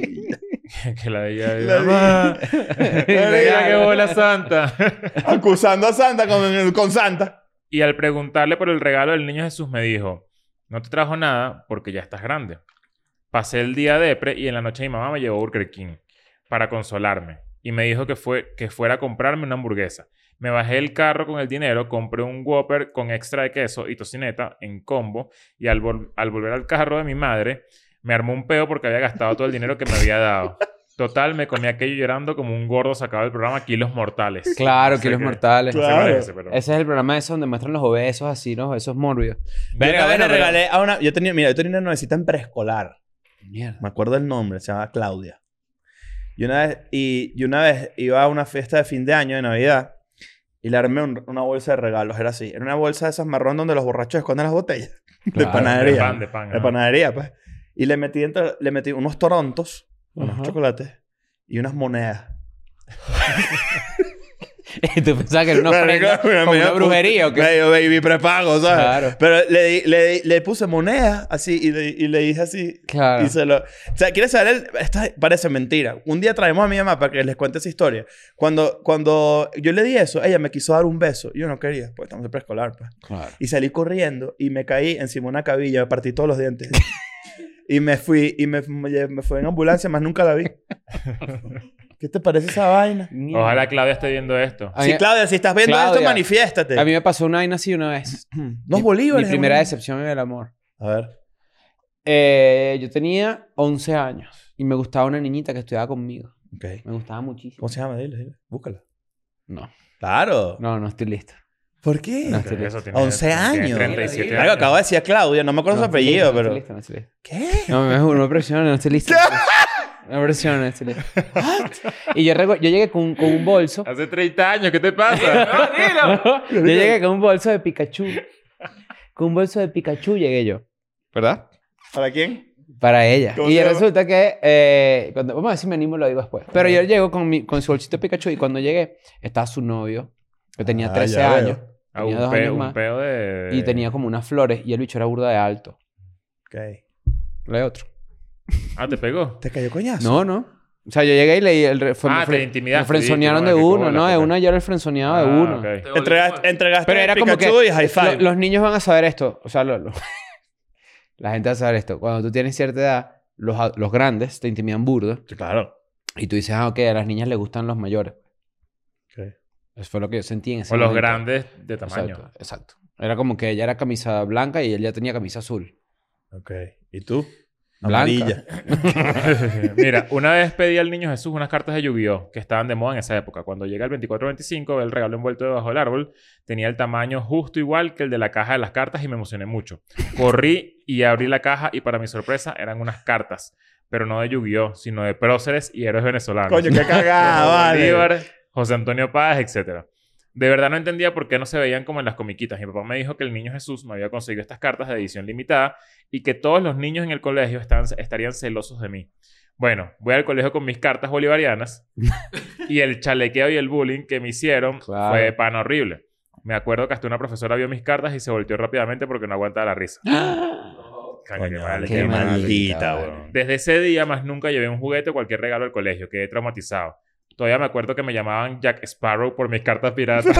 S2: que la de ella
S3: La de-
S2: mamá.
S3: *laughs*
S2: Mira qué bola santa.
S3: Acusando a Santa con, con Santa.
S2: y al preguntarle por el regalo del niño Jesús me dijo, no te trajo nada porque ya estás grande. Pasé el día depre y en la noche mi mamá me llevó a Burger King para consolarme y me dijo que, fue, que fuera a comprarme una hamburguesa. Me bajé el carro con el dinero, compré un Whopper con extra de queso y tocineta en combo y al, vol- al volver al carro de mi madre me armó un peo porque había gastado todo el dinero que me había dado. Total, me comí aquello llorando como un gordo sacado del programa Kilos Mortales.
S1: Claro,
S2: No sé
S1: kilos
S2: qué-
S1: mortales.
S2: no sé cuál es ese, pero-
S1: Ese es el programa ese donde muestran los obesos así, ¿no? Esos mórbidos.
S3: Yo una vez
S1: bueno,
S3: le regalé a una. Yo tenía, mira, yo tenía una novecita en preescolar.
S1: Mierda.
S3: Me acuerdo el nombre, se llamaba Claudia. Y una vez, y, y una vez iba a una fiesta de fin de año, de Navidad, y le armé un- una bolsa de regalos. Era así. Era una bolsa de esas marrón donde los borrachos esconden las botellas.
S1: Claro,
S3: de
S2: De
S3: panadería.
S2: pan, de pan.
S3: De
S2: ajá.
S3: panadería, pues. Y le metí, dentro- le metí unos torontos, unos
S1: Ajá.
S3: chocolates y unas monedas.
S1: *laughs* Tú pensabas que era una
S3: *laughs* Marico,
S1: ofrenda
S3: me-
S1: como
S3: me-
S1: una brujería o qué.
S3: Medio baby prepago, ¿sabes?
S1: Claro.
S3: Pero le, di- le, di- le puse moneda así y le, y le dije así.
S1: Claro.
S3: Y se lo... O sea, ¿quieres saber? el- Esta parece mentira. Un día traemos a mi mamá para que les cuente esa historia. Cuando, cuando yo le di eso, ella me quiso dar un beso. Yo no quería, pues estamos en preescolar, pues.
S1: Claro.
S3: Y salí corriendo y me caí encima de una cabilla, me partí todos los dientes. *laughs* y me fui, y me, me, me fui en ambulancia, más nunca *laughs* la vi. ¿Qué te parece esa vaina?
S2: Ojalá Claudia esté viendo esto.
S1: A mí,
S3: Sí, Claudia, si estás viendo esto,
S1: Claudia.
S3: manifiéstate.
S1: a mí me pasó una vaina así una vez.
S3: Dos
S1: Mi-
S3: bolívares.
S1: Mi primera
S3: hermano.
S1: decepción en el amor.
S3: A ver.
S1: Eh, yo tenía 11 años y me gustaba una niñita que estudiaba conmigo.
S3: Ok.
S1: Me gustaba muchísimo.
S3: ¿Cómo se llama? Dile, dile. Búscala.
S1: No,
S3: Claro.
S1: no, no estoy listo.
S3: ¿Por qué?
S1: No.
S2: Porque eso tiene-
S3: 11
S2: tiene
S3: años.
S2: 37
S3: Algo
S2: años.
S3: acabo de decir a Claudia, no me acuerdo
S1: No
S3: su
S1: estoy
S3: apellido,
S1: listo,
S3: pero.
S1: No, estoy listo, no estoy listo.
S3: ¿Qué?
S1: No, me juro, no presiones, no estoy listo.
S3: *laughs*
S1: No presiones, no estoy listo. Y yo, recu- yo llegué con, con un bolso.
S2: Hace 30 años, ¿qué te
S3: *laughs*
S2: pasa?
S1: *laughs* yo llegué con un bolso de Pikachu. Con un bolso de Pikachu llegué yo. ¿Verdad?
S3: ¿Para quién?
S1: Para ella.
S3: ¿Cómo
S1: Y
S3: se llama?
S1: resulta que, eh, cuando, vamos a ver si me animo, lo digo después. Pero yo llego con, mi, con su bolsito de Pikachu y cuando llegué, estaba su novio, que tenía
S3: Ah,
S1: 13
S3: ya veo.
S1: años
S2: Ah,
S1: Tenía
S2: un,
S1: dos
S2: peo,
S1: años
S2: un
S1: más.
S2: peo de...
S1: y tenía como unas flores y el bicho era burda de alto.
S3: Ok.
S1: Le otro.
S2: Ah, ¿te pegó?
S3: ¿Te cayó coñazo?
S1: No, no. O sea, yo llegué y leí el... re- Fue,
S2: Ah,
S1: me
S2: te
S1: fre-
S2: intimidaste,
S1: Me frenzonearon
S2: dijiste,
S1: de
S2: no, qué
S1: uno,
S2: bolas,
S1: ¿no? De
S2: ok.
S1: una yo era el frenzoneado de uno.
S2: Ah, ok.
S3: Entregaste, entregaste
S1: Pero era como
S3: Pikachu
S1: que
S3: y High Five.
S1: lo- los niños van a saber esto. O sea, lo- *laughs* lo- la gente va a saber esto. Cuando tú tienes cierta edad, los, a- los grandes te intimidan burdo.
S3: Sí, Claro.
S1: Y tú dices, ah, ok, a las niñas les gustan los mayores.
S3: Ok.
S1: Eso fue lo que yo sentí en ese
S2: O los
S1: momento.
S2: grandes de tamaño.
S1: Exacto, exacto. Era como que ella era camisa blanca y él ya tenía camisa azul.
S3: Ok. ¿Y tú?
S1: Blanca.
S3: Amarilla.
S2: *laughs* Mira, una vez pedí al niño Jesús unas cartas de Yu-Gi-Oh! que estaban de moda en esa época. Cuando llega el 24-25, ve el regalo envuelto debajo del árbol. Tenía el tamaño justo igual que el de la caja de las cartas y me emocioné mucho. Corrí y abrí la caja y para mi sorpresa eran unas cartas. Pero no de Yu-Gi-Oh! sino de próceres y héroes venezolanos.
S3: Coño, qué cagada,
S2: *laughs* Simón
S3: Ah, vale.
S2: Bolívar, José Antonio Páez, etcétera. De verdad no entendía por qué no se veían como en las comiquitas. Mi papá me dijo que el niño Jesús me había conseguido estas cartas de edición limitada y que todos los niños en el colegio estaban- estarían celosos de mí. Bueno, voy al colegio con mis cartas bolivarianas y el chalequeo y el bullying que me hicieron
S1: Claro.
S2: fue pan horrible. Me acuerdo que hasta una profesora vio mis cartas y se volteó rápidamente porque no aguantaba la risa. Coño, qué
S3: Coño,
S2: mal,
S3: vale,
S1: qué
S3: qué
S1: maldita,
S3: maldita,
S1: vale.
S3: weón.
S2: desde ese día más nunca llevé un juguete o cualquier regalo al colegio. Quedé traumatizado. Todavía me acuerdo que me llamaban Jack Sparrow por mis cartas
S1: *laughs*
S2: piratas.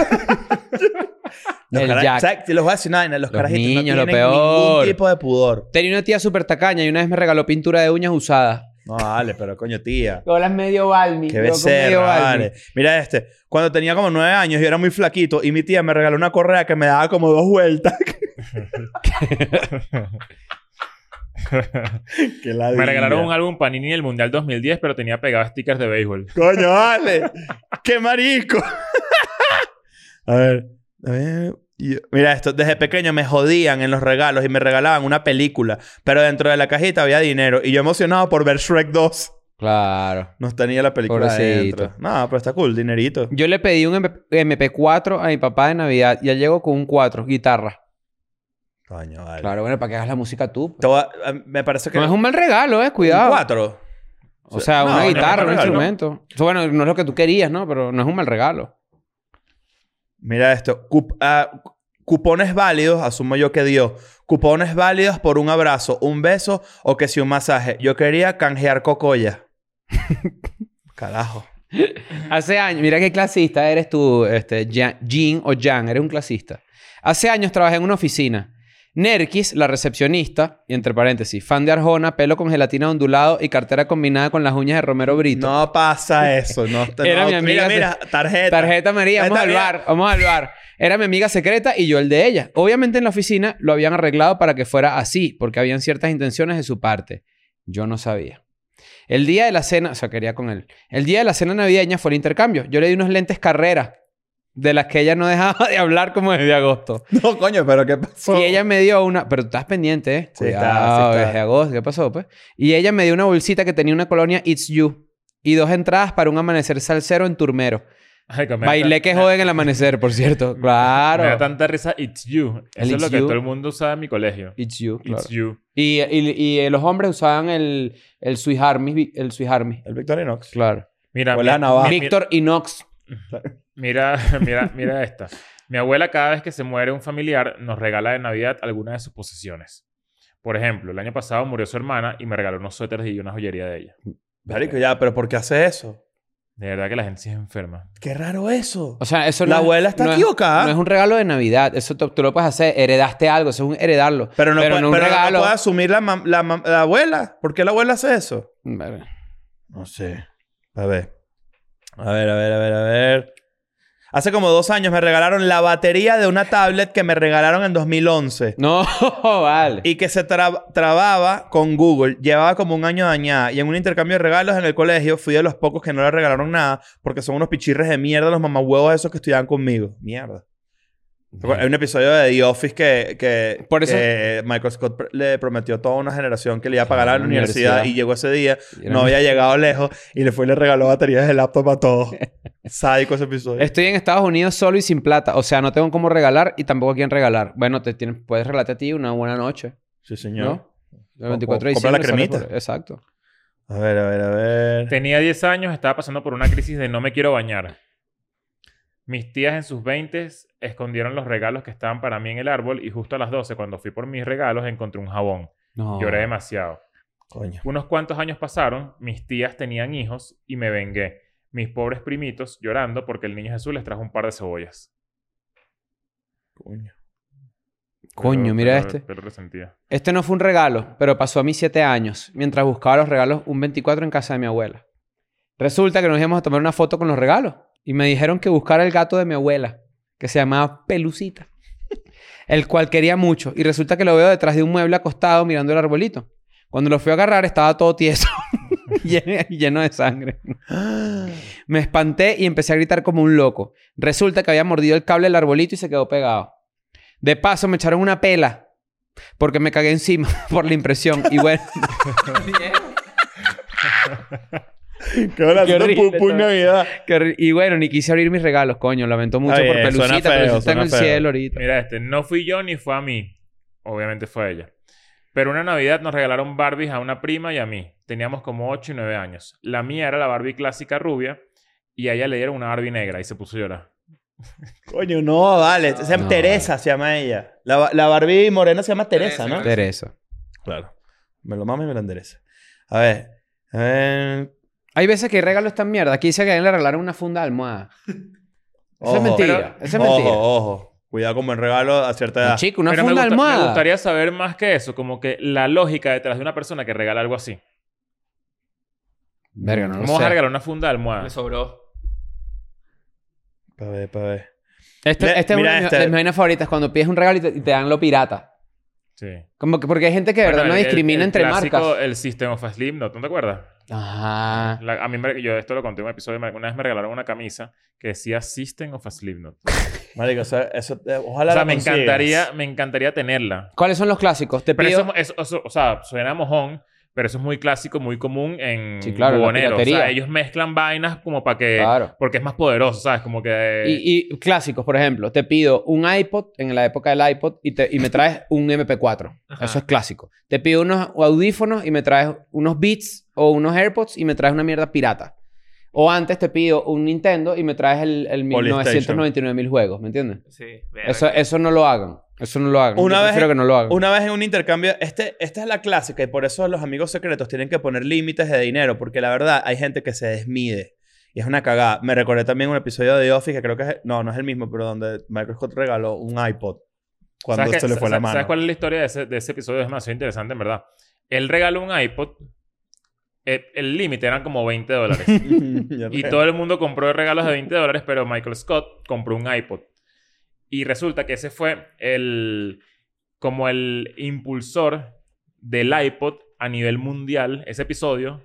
S3: Los
S1: El
S3: cara-
S1: Jack.
S3: ¿sabes? Te los voy a decir una vaina, Los,
S1: Los
S3: carajitos
S1: niños,
S3: no
S1: lo
S3: tienen
S1: peor.
S3: ningún tipo de pudor.
S1: Tenía una tía súper tacaña y una vez me regaló pintura de uñas usada.
S3: No, vale, pero coño, tía.
S1: Hola, medio balmi.
S3: Qué becerra, vale. Mira este. Cuando tenía como nueve años, yo era muy flaquito y mi tía me regaló una correa que me daba como dos vueltas. *laughs* Qué ladilla.
S2: me regalaron un álbum Panini del Mundial 2010, pero tenía pegados stickers de béisbol. *laughs*
S3: Coño, vale. Qué marico. *laughs* a ver. A ver. yo- Mira esto. Desde pequeño me jodían en los regalos y me regalaban una película. Pero dentro de la cajita había dinero. Y yo emocionado por ver Shrek 2.
S1: Claro.
S3: Nos tenía la película
S1: Pobrecito.
S3: adentro. No, pero está cool. Dinerito.
S1: Yo le pedí un MP- MP4 a mi papá de Navidad y él llegó con un 4, guitarra.
S3: Coño, vale.
S1: Claro, bueno, para que hagas la música tú.
S3: Te voy a- a- me parece que...
S1: No es un mal regalo, eh,
S3: Un
S1: cuidado.
S3: cuatro.
S1: O sea,
S3: No,
S1: una
S3: no es
S1: guitarra,
S3: mal
S1: un
S3: regalo.
S1: instrumento. O sea, bueno, no es lo que tú querías, ¿no? Pero no es un mal regalo.
S3: Mira esto. Cup- ah, cu- cupones válidos, asumo yo que dio. Cupones válidos por un abrazo, un beso o que si un masaje. Yo quería
S1: *laughs*
S3: canjear cocoya. Carajo.
S1: Hace años, mira qué clasista eres tú, este, Ya- Jean o Jan, eres un clasista. Hace años trabajé en una oficina. Nerkis, la recepcionista, y entre paréntesis, fan de Arjona, pelo con gelatina ondulado y cartera combinada con las uñas de Romero Brito.
S3: No pasa eso. No, te-
S1: Era
S3: no,
S1: mi amiga,
S3: Mira, mira, tarjeta.
S1: Tarjeta María, vamos al
S3: Tarjeta
S1: bar, vamos al bar. Era mi amiga secreta y yo el de ella. Obviamente en la oficina lo habían arreglado para que fuera así, porque habían ciertas intenciones de su parte. Yo no sabía. El día de la cena, o sea, quería con él. El día de la cena navideña fue el intercambio. Yo le di unos lentes carrera, de las que ella no dejaba *laughs* de hablar como desde agosto.
S3: No, coño, pero ¿qué pasó?
S1: Y ella me dio una... Pero tú estás pendiente, ¿eh?
S3: Sí, está,
S1: Cuidado,
S3: sí está.
S1: desde agosto. ¿Qué pasó, pues? Y ella me dio una bolsita que tenía una colonia It's You. Y dos entradas para un amanecer salsero en Turmero.
S2: Ay, que me da
S1: Bailé
S2: tan-
S1: que jode en el amanecer, por cierto.
S2: Me da
S1: Claro.
S2: tanta risa It's You. Eso
S1: El
S2: es lo
S1: It's
S2: que
S1: You.
S2: todo el mundo usaba en mi colegio.
S1: It's you, claro.
S2: It's You.
S1: Y, y- y, eh, los hombres usaban el, el Swiss Army. El Swiss Army.
S3: El Victorinox.
S1: Claro.
S2: Mira,
S3: Huele a
S2: mi-
S3: navaja. Ah,
S2: mi-
S1: Víctor Inox. *laughs*
S2: Mira, mira, mira esta. Mi abuela cada vez que se muere un familiar nos regala de Navidad alguna de sus posesiones. Por ejemplo, el año pasado murió su hermana y me regaló unos suéteres y una joyería de ella.
S3: Marico, ya, pero ¿por qué hace eso?
S2: De verdad que la gente sí es enferma.
S3: Qué raro eso.
S1: O sea, eso
S3: La
S1: no es-
S3: abuela está
S1: no es-
S3: equivocada.
S1: no es un regalo de Navidad. Eso tú, tú lo puedes hacer. Heredaste algo. Eso es un heredarlo.
S3: pero no,
S1: pero
S3: puede-
S1: no un
S3: pero no
S1: regalo.
S3: puede asumir la, mam- la mam- la abuela. ¿Por qué la abuela hace eso?
S1: Vale.
S3: No sé. A ver. A ver, a ver, a ver, a ver. Hace como dos años me regalaron la batería de una tablet que me regalaron en 2011
S1: No, *laughs* vale.
S3: y que se tra- trababa con Google. Llevaba como un año dañada y en un intercambio de regalos en el colegio fui de los pocos que no le regalaron nada porque son unos pichirres de mierda los mamahuevos esos que estudiaban conmigo. Mierda. Hay un episodio de The Office que, que-
S1: Por eso-
S3: que Michael Scott pr- le prometió a toda una generación que le iba a pagar
S1: Claro,
S3: a la
S1: la
S3: universidad
S1: universidad.
S3: y llegó ese día
S1: Y era-
S3: no había llegado lejos y le fue y le regaló baterías de laptop a todos. Sádico ese episodio.
S1: Estoy en Estados Unidos solo y sin plata. O sea, no tengo cómo regalar y tampoco a quién regalar. Bueno, te tienes, puedes regalarte a ti una buena noche.
S3: Sí, señor.
S1: ¿No? El 24 de
S3: compra la
S1: diciembre sale
S3: cremita.
S1: por- Exacto.
S3: A ver, a ver, a ver.
S2: Tenía 10 años, estaba pasando por una crisis de no me quiero bañar. Mis tías en sus 20 escondieron los regalos que estaban para mí en el árbol y justo a las 12 cuando fui por mis regalos encontré un jabón.
S1: No.
S2: Lloré demasiado. *laughs*
S3: Coño.
S2: Unos cuantos años pasaron, mis tías tenían hijos y me vengué. Mis pobres primitos llorando porque el niño Jesús les trajo un par de cebollas.
S3: Coño.
S1: Coño,
S2: Pero-
S1: mira
S2: pero-
S1: este.
S2: pero resentía.
S1: Este no fue un regalo, pero pasó a mis 7 años, mientras buscaba los regalos un 24 en casa de mi abuela. Resulta que nos íbamos a tomar una foto con los regalos y me dijeron que buscara el gato de mi abuela, que se llamaba Pelucita, *laughs* el cual quería mucho. Y resulta que lo veo detrás de un mueble acostado mirando el arbolito. Cuando lo fui a agarrar estaba todo tieso *laughs* y lleno de sangre. Me espanté y empecé a gritar como un loco. Resulta que había mordido el cable del arbolito y se quedó pegado. De paso me echaron una pela porque me cagué encima *laughs* por la impresión. Y bueno, *laughs*
S3: Qué hora
S1: Qué horrible
S3: pum pum
S1: todo.
S3: Navidad.
S1: que ri- y bueno, ni quise abrir mis regalos, coño. Lamento mucho
S3: Está
S1: por
S3: bien, suena
S1: pelucita,
S3: feo,
S1: pero está en
S3: suena
S1: el
S3: feo.
S1: cielo ahorita.
S2: Mira este, no fui yo ni fue a mí. Obviamente fue a ella. Pero una Navidad nos regalaron Barbies a una prima y a mí. Teníamos como 8 y 9 años. La mía era la Barbie clásica rubia y a ella le dieron una Barbie negra y se puso a llorar.
S3: Coño, no, vale. Se llama
S1: No,
S3: Teresa, se llama ella. La, ba- la Barbie morena se llama Teresa, ¿no?
S4: Teresa.
S1: Teresa.
S3: Claro. Me lo mama y me lo endereza. A ver. A ver.
S1: Hay veces que hay regalos tan mierda. Aquí dice que a él le regalaron una funda de almohada. Eso
S3: Ojo.
S1: es mentira.
S3: Pero-
S1: Eso es mentira.
S3: Ojo, ojo. Cuidado con buen regalo a cierta edad.
S1: Chico, una
S2: Pero me
S1: funda de
S2: gusta-
S1: almohada.
S2: Me gustaría saber más que eso, como que la lógica detrás de una persona que regala algo así.
S1: Verga, no lo
S2: Vamos a
S1: sé.
S2: regalar una funda de
S4: *laughs*
S2: almohada.
S4: Me sobró.
S3: Pa' ver, pa' ver.
S1: Este,
S3: Le-
S1: este es
S3: mira
S1: una de mis-
S3: este.
S1: de mis vainas favoritas. Cuando pides un regalo y te, y te dan lo pirata.
S2: Sí.
S1: Como que porque hay gente que de verdad
S2: Bueno,
S1: no
S2: el-
S1: discrimina
S2: el
S1: entre
S2: clásico,
S1: marcas.
S2: El System of a Slim, ¿no? ¿Tú te acuerdas?
S1: Ajá.
S2: La- a mí, me- yo esto lo conté en un episodio. me- Una vez me regalaron una camisa que decía System of a Slipknot.
S3: Marico, o sea, eso, eh,
S2: O
S3: ojalá
S2: sea,
S3: la
S2: me
S3: consigas.
S2: encantaría, me encantaría tenerla.
S1: ¿Cuáles son los clásicos? Te
S2: Pero
S1: pido...
S2: eso, es- eso- o sea, suena mojón, pero eso es muy clásico, muy común en
S1: Sí, claro, la
S2: buboneros. O sea,
S1: piratería.
S2: ellos mezclan vainas como para que...
S1: Claro.
S2: Porque es más poderoso, ¿sabes? Como que...
S1: Y, y clásicos, por ejemplo, te pido un iPod en la época del iPod y, te- y me traes un MP4.
S4: Ajá.
S1: Eso es clásico. Te pido unos audífonos y me traes unos Beats o unos AirPods y me traes una mierda pirata. O antes te pido un Nintendo y me traes el, el
S3: Polystation.
S1: 999 mil juegos, ¿me entiendes?
S4: Sí.
S1: Eso,
S4: verga.
S1: eso no lo hagan. Eso no lo hagan.
S3: Una
S1: Yo
S3: vez-
S1: prefiero que no lo hagan.
S3: Una vez en un intercambio, este, esta es la clásica y por eso los amigos secretos tienen que poner límites de dinero, porque la verdad hay gente que se desmide y es una cagada. Me recordé también un episodio de The Office que creo que es, no, no es el mismo, pero donde Michael Scott regaló un iPod cuando
S2: ¿Sabes
S3: se
S2: qué-
S3: le fue la
S2: sabes-
S3: mano.
S2: ¿Sabes cuál es la historia de ese, de ese episodio? Es demasiado interesante, en verdad. Él regaló un iPod. eh, El límite eran como
S1: *laughs*
S2: 20 dólares.
S3: *laughs*
S2: y todo el mundo compró regalos de 20 dólares, pero Michael Scott compró un iPod. Y resulta que ese fue el... Como el impulsor del iPod a nivel mundial, ese episodio,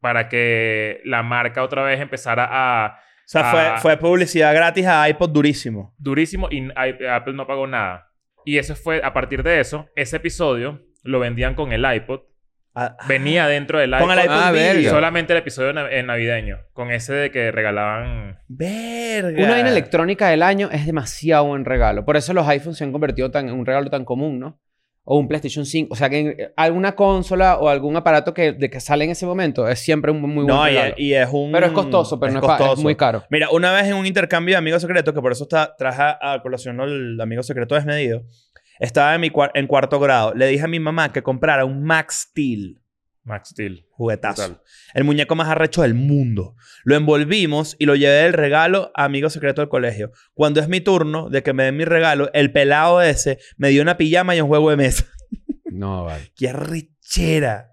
S2: para que la marca otra vez empezara a...
S3: O sea, fue,
S2: Ah.
S3: fue publicidad gratis a iPod durísimo.
S2: durísimo y i- Apple no pagó nada. Y eso fue, a partir de eso, ese episodio lo vendían con el iPod.
S3: Ah,
S2: Venía dentro del
S3: con
S2: iPod.
S3: el iPod
S1: Ah,
S3: Mini.
S1: verga.
S2: Solamente el episodio na- eh, navideño. Con ese de que regalaban...
S3: Verga.
S1: Una vaina electrónica del año es demasiado buen regalo. Por eso los iPhones se han convertido tan, en un regalo tan común, ¿no? O un PlayStation 5. O sea, que en- eh, alguna consola o algún aparato que, de que sale en ese momento es siempre un muy buen
S3: No, y es,
S1: regalo.
S3: y es un...
S1: pero es costoso, pero no es, pa- es
S3: costoso.
S1: muy caro.
S3: Mira, una vez en un intercambio de amigos secretos, que por eso está, traje a a colación el amigo secreto desmedido, estaba en, mi cuar- en cuarto grado. Le dije a mi mamá que comprara un Max Steel.
S2: Max Steel.
S3: Juguetazo.
S2: Total.
S3: El muñeco más arrecho del mundo. Lo envolvimos y lo llevé del regalo a amigo secreto del colegio. Cuando es mi turno de que me den mi regalo, el pelado ese me dio una pijama y un juego de mesa.
S1: No, vale.
S3: ¡Qué arrechera!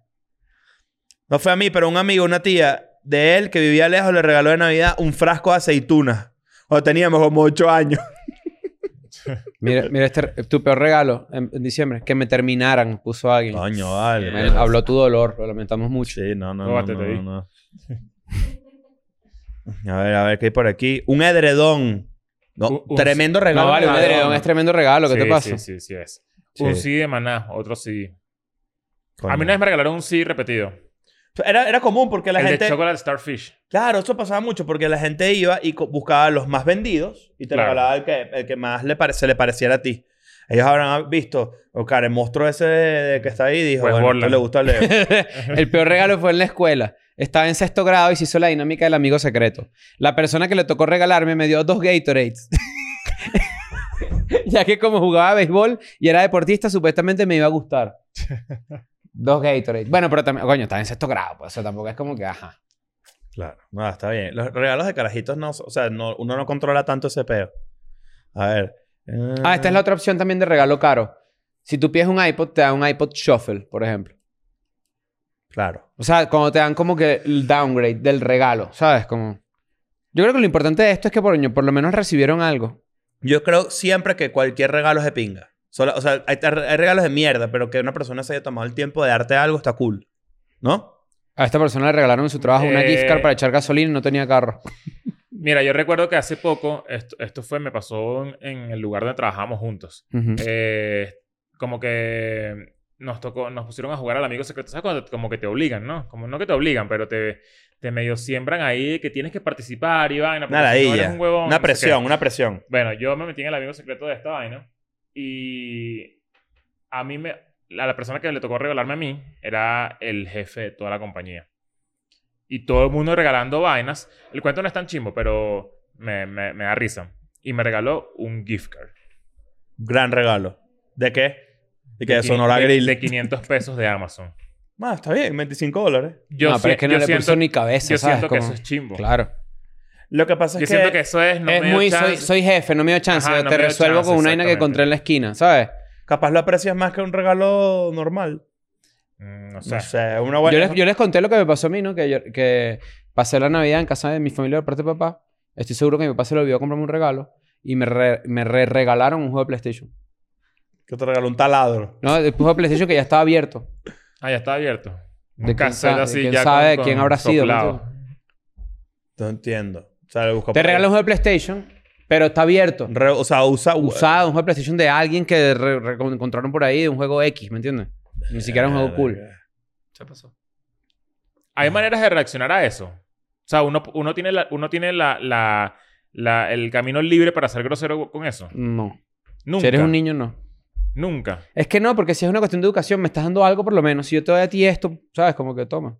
S3: No fue a mí, pero un amigo, una tía de él que vivía lejos, le regaló de Navidad un frasco de aceitunas. O teníamos como ocho años.
S1: *laughs* Mira, mira este, re- tu peor regalo en, en diciembre. Que me terminaran, puso alguien.
S3: Coño, vale.
S1: Bueno, habló tu dolor. Lo lamentamos mucho.
S3: Sí, no, no, no,
S2: Cógate, te
S3: no,
S2: vi.
S3: no, no. A ver, a ver, ¿qué hay por aquí? Un edredón. No,
S2: Un- un-
S3: tremendo regalo.
S1: No, vale. Un edredón es tremendo regalo. ¿Qué
S2: Sí,
S1: te pasa?
S2: Sí, sí, sí es.
S3: Sí.
S2: Un CD de maná, otro CD.
S3: Coño.
S2: A mí una vez me regalaron un CD repetido.
S3: Era, era común porque la
S2: el
S3: gente...
S2: de Chocolate Starfish.
S3: Claro, eso pasaba mucho porque la gente iba y co- buscaba los más vendidos y te
S2: Claro.
S3: regalaba el que, el que más le pare- se le pareciera a ti. Ellos habrán visto, o cara, el monstruo ese de- que está ahí dijo,
S2: Pues
S3: bueno,
S2: Borland.
S3: esto le gusta a Leo.
S2: *laughs*
S1: El peor regalo fue en la escuela. Estaba en sexto grado y se hizo la dinámica del amigo secreto. La persona que le tocó regalarme me dio dos Gatorades. *laughs* ya que como jugaba a béisbol y era deportista, supuestamente me iba a gustar. Dos Gatorades. Bueno, pero también, coño, estaba en sexto grado. Pues, o sea, tampoco es como que, ajá.
S3: claro. No, está bien. Los regalos de carajitos no, o sea, no- uno no controla tanto ese peo. A ver. eh,
S1: Ah, esta es la otra opción también de regalo caro. Si tú pides un iPod, te dan un iPod Shuffle, por ejemplo.
S3: Claro.
S1: O sea, cuando te dan como que el downgrade del regalo, ¿sabes? Como... Yo creo que lo importante de esto es que, coño, por lo menos recibieron algo.
S3: Yo creo siempre que cualquier regalo es de pinga. Solo- o sea, hay, hay regalos de mierda, pero que una persona se haya tomado el tiempo de darte algo está cool. ¿No?
S1: A esta persona le regalaron en su trabajo una
S2: Eh,
S1: gift card para echar gasolina y no tenía carro.
S2: Mira, yo recuerdo que hace poco, esto, esto fue, me pasó en- en el lugar donde trabajamos juntos.
S1: Ujú.
S2: Eh, como que nos tocó, nos pusieron a jugar al amigo secreto. ¿Sabes? Cuando, como que te obligan, ¿no? Como no que te obligan, pero te, te medio siembran ahí que tienes que participar y vaina. porque
S3: Una
S2: si no
S3: ladilla.
S2: eres un huevón,
S3: una
S2: no sé qué.
S3: presión, una presión.
S2: Bueno, yo me metí en el amigo secreto de esta vaina y a mí me... A la persona que le tocó regalarme a mí era el jefe de toda la compañía. Y todo el mundo regalando vainas. El cuento no es tan chimbo, pero me, me, me da risa. Y me regaló un gift card.
S3: Gran regalo. ¿De qué? Y que de
S2: quin-
S3: Sonora
S2: de-
S3: Grill.
S2: De 500 pesos de Amazon.
S3: Bueno, está bien, 25 dólares.
S2: Yo,
S1: no, pero es
S2: sie-
S1: que no
S2: yo
S1: le
S2: siento,
S1: puso ni cabeza,
S2: yo
S1: ¿sabes?
S2: siento que
S1: Como-
S2: eso es chimbo.
S1: Claro.
S3: Lo que pasa
S2: Yo
S3: es que,
S2: siento que eso es no
S1: es
S2: me dio
S1: muy... Soy,
S2: chance.
S1: soy jefe, no me dio chance.
S2: Ajá,
S1: yo
S2: no
S1: te
S2: me dio
S1: resuelvo
S2: chance,
S1: con una vaina que
S2: exactamente.
S1: encontré en la esquina, ¿sabes?
S3: capaz lo aprecias más que un regalo normal.
S2: Mm, o
S3: no
S2: sea,
S3: sé, una buena...
S1: yo, les, yo les conté lo que me pasó a mí, ¿no? Que, yo- que pasé la Navidad en casa de mi familia por parte de papá. Estoy seguro que mi papá se le olvidó comprarme un regalo. Y me, re- me re- regalaron un juego de PlayStation.
S3: Que te regaló un taladro.
S1: No, el juego de PlayStation que ya estaba abierto.
S2: ah, ya está abierto. Un
S1: De quién
S2: cassette
S1: sa- de
S2: así
S1: quién
S2: ya
S1: sabe
S2: con-
S1: quién
S2: con
S1: habrá sido,
S2: soplado.
S1: ¿no?
S3: No entiendo. O sea, le busco
S1: Te regalan un juego de PlayStation, pero está abierto.
S3: Re- o sea, usa...
S1: Usado, un juego de PlayStation de alguien que re- re- encontraron por ahí, de un juego X, ¿me entiendes? Ni siquiera un juego cool.
S4: Se pasó.
S2: Hay maneras de reaccionar a eso. O sea, uno, uno tiene, la, uno tiene la, la, la- el camino libre para ser grosero con eso.
S1: No.
S2: Nunca.
S1: Si eres un niño, no.
S2: Nunca.
S1: Es que no, porque si es una cuestión de educación, me estás dando algo por lo menos. Si yo te doy a ti esto, ¿sabes? Como que toma.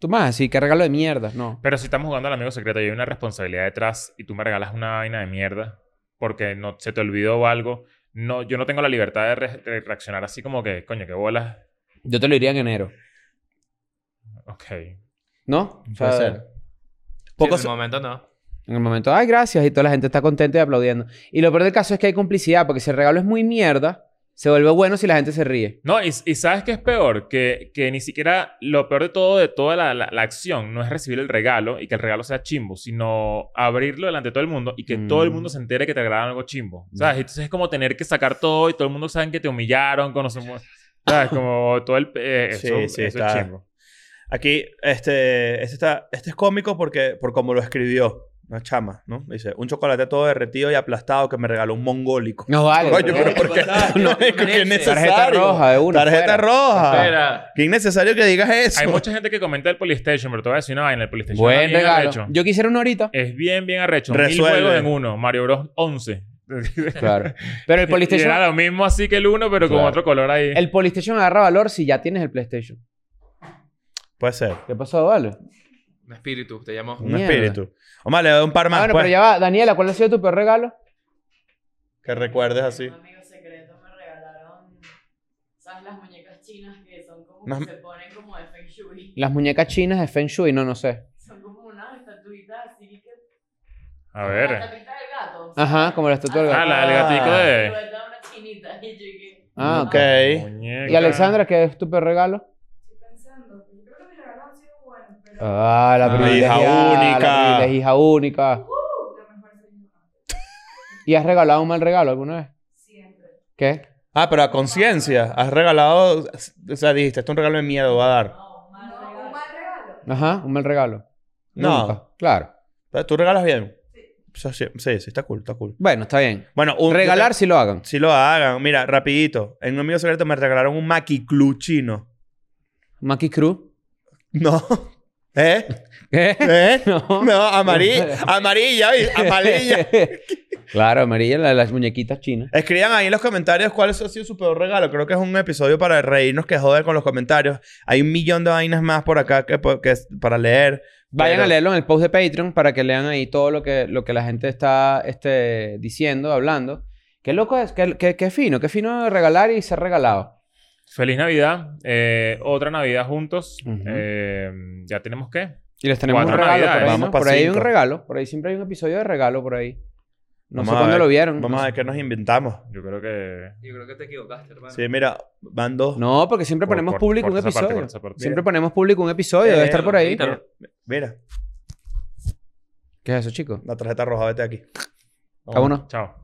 S1: Tú más, así que regalo de mierda. No.
S2: Pero si estamos jugando al amigo secreto y hay una responsabilidad detrás y tú me regalas una vaina de mierda porque no, se te olvidó algo, no, yo no tengo la libertad de, re- de reaccionar así como que, coño, qué bolas.
S1: Yo te lo diría en enero.
S2: Ok.
S1: ¿No? O sea,
S3: Puede ser.
S4: Poco
S3: Poco
S4: en el
S3: se-
S4: momento no.
S1: En el momento, ay, gracias. Y toda la gente está contenta y aplaudiendo. Y lo peor del caso es que hay complicidad, porque si el regalo es muy mierda, se vuelve bueno si la gente se ríe.
S2: No, y, y ¿sabes qué es peor? Que, que ni siquiera lo peor de todo, de toda la, la- la acción, no es recibir el regalo y que el regalo sea chimbo, sino abrirlo delante de todo el mundo y que
S1: Mm.
S2: todo el mundo se entere que te regalaron algo chimbo. ¿Sabes? Entonces es como tener que sacar todo y todo el mundo sabe que te humillaron, conocemos. ¿Sabes? Como todo el. eh, eso,
S3: Sí, sí,
S2: eso es
S3: está.
S2: chimbo.
S3: Aquí, este, este, está, este es cómico porque, por como lo escribió una chama, ¿no? Dice, un chocolate todo derretido y aplastado que me regaló un mongólico.
S1: No vale.
S3: Coño,
S1: pero-
S3: pero ¿por *laughs* qué?
S4: No,
S3: Marico, qué
S4: tarjeta
S1: Tarjeta
S3: necesario.
S1: roja de una.
S3: Tarjeta
S1: fuera.
S3: roja.
S4: Espera.
S3: Qué innecesario que digas eso.
S2: Hay mucha gente que comenta el Polystation, pero te voy a decir una vaina. El Polystation
S1: Buen
S2: está bien
S1: regalo.
S2: arrecho.
S1: Yo quisiera uno ahorita.
S2: Es bien, bien arrecho.
S3: Resuelve.
S2: Mil juegos en uno. Mario Bros. 11. *laughs*
S1: Claro.
S3: *laughs*
S1: Pero el
S2: Y
S1: PlayStation,
S2: Era lo mismo así que el uno, pero con
S1: Claro.
S2: otro color ahí.
S1: el PlayStation agarra valor si ya tienes el PlayStation.
S3: Puede ser.
S1: ¿Qué pasó, vale?
S3: Ah,
S4: Un espíritu, te llamó.
S3: Un
S1: Mierda.
S3: espíritu. Omar, le doy un par
S1: Ah,
S3: más,
S1: bueno,
S3: pues.
S1: pero ya va. Daniela, ¿cuál ha sido tu peor regalo?
S3: Que recuerdes así.
S5: Un amigo secreto me regalaron, ¿sabes? Las muñecas chinas que son como,
S3: Unas-
S5: que se ponen como de Feng Shui.
S1: Las muñecas chinas de Feng Shui, no, no sé.
S5: Son como unas estatuitas así que...
S2: A ver.
S5: La estatuita del gato.
S1: Ajá, como la estatua del
S2: Ah,
S1: gato.
S2: la del gatico de.
S5: Estatuita de una chinita *laughs* y yo que...
S1: Ah,
S3: Ok.
S1: ok. ¿Y Alexandra, qué es tu peor regalo?
S5: Estoy pensando, yo creo que mis regalos han sido buenos, pero...
S1: Ah, la
S3: Ah,
S1: privilegiada.
S3: hija
S1: La
S3: única.
S1: privilegiada, hija única.
S5: Uh, la mejor señora.
S1: ¿Y has regalado un mal regalo alguna vez?
S5: Siempre.
S1: ¿Qué?
S3: Ah, pero a conciencia. Has regalado... O sea, dijiste, esto es un regalo de miedo, va a dar.
S5: No, mal regalo. Un mal regalo.
S1: Ajá, un mal regalo.
S3: No.
S1: Nunca. Claro.
S3: Pero ¿Tú regalas bien? Sí. Sí, sí, está cool, está cool.
S1: Bueno, está bien.
S3: Bueno, un...
S1: Regalar si lo hagan.
S3: Si lo hagan. Mira, rapidito. En un amigo secreto me regalaron un maquiclú chino.
S1: Maki
S3: *laughs*
S1: Crew. *laughs*
S3: No. ¿Eh?
S1: ¿Qué?
S3: ¿Eh?
S1: *laughs* No. *laughs*
S3: No, amarilla. amarilla, ¿viste? amarilla.
S1: claro, amarilla, la de las muñequitas chinas.
S3: Escriban ahí en los comentarios cuál ha sido su peor regalo. Creo que es un episodio para reírnos que joder con los comentarios. Hay un millón de vainas más por acá que, po- que es para leer.
S1: Vayan
S3: Pero-
S1: a leerlo en el post de Patreon para que lean ahí todo lo que, lo que la gente está este, diciendo, hablando. Qué loco es, qué, qué- qué fino, qué fino regalar y ser regalado.
S2: Feliz Navidad. Eh, otra Navidad juntos.
S1: Ujú.
S2: Eh, ya tenemos que.
S1: Y les tenemos un
S2: Cuatro
S1: regalo por ahí.
S2: navidades.
S1: ¿no?
S3: Vamos pa'
S1: por ahí hay un
S3: cinco.
S1: regalo. Por ahí siempre hay un episodio de regalo por ahí. No
S3: Vamos
S1: sé
S3: a
S1: cuándo
S3: ver.
S1: lo vieron.
S3: Vamos a ver qué nos inventamos.
S2: Yo creo que.
S4: Yo creo que te equivocaste, hermano.
S3: Sí, mira, van dos.
S1: No, porque siempre
S2: Cor-
S1: ponemos
S2: cor-
S1: público un
S2: corta esa parte,
S1: episodio.
S2: corta esa parte.
S1: siempre ponemos público un episodio.
S3: Eh,
S1: Debe estar por ahí.
S4: quítalo.
S3: Mira,
S1: ¿Qué es eso, chico?
S3: la tarjeta roja, vete de aquí.
S1: Cada uno.
S2: Chao.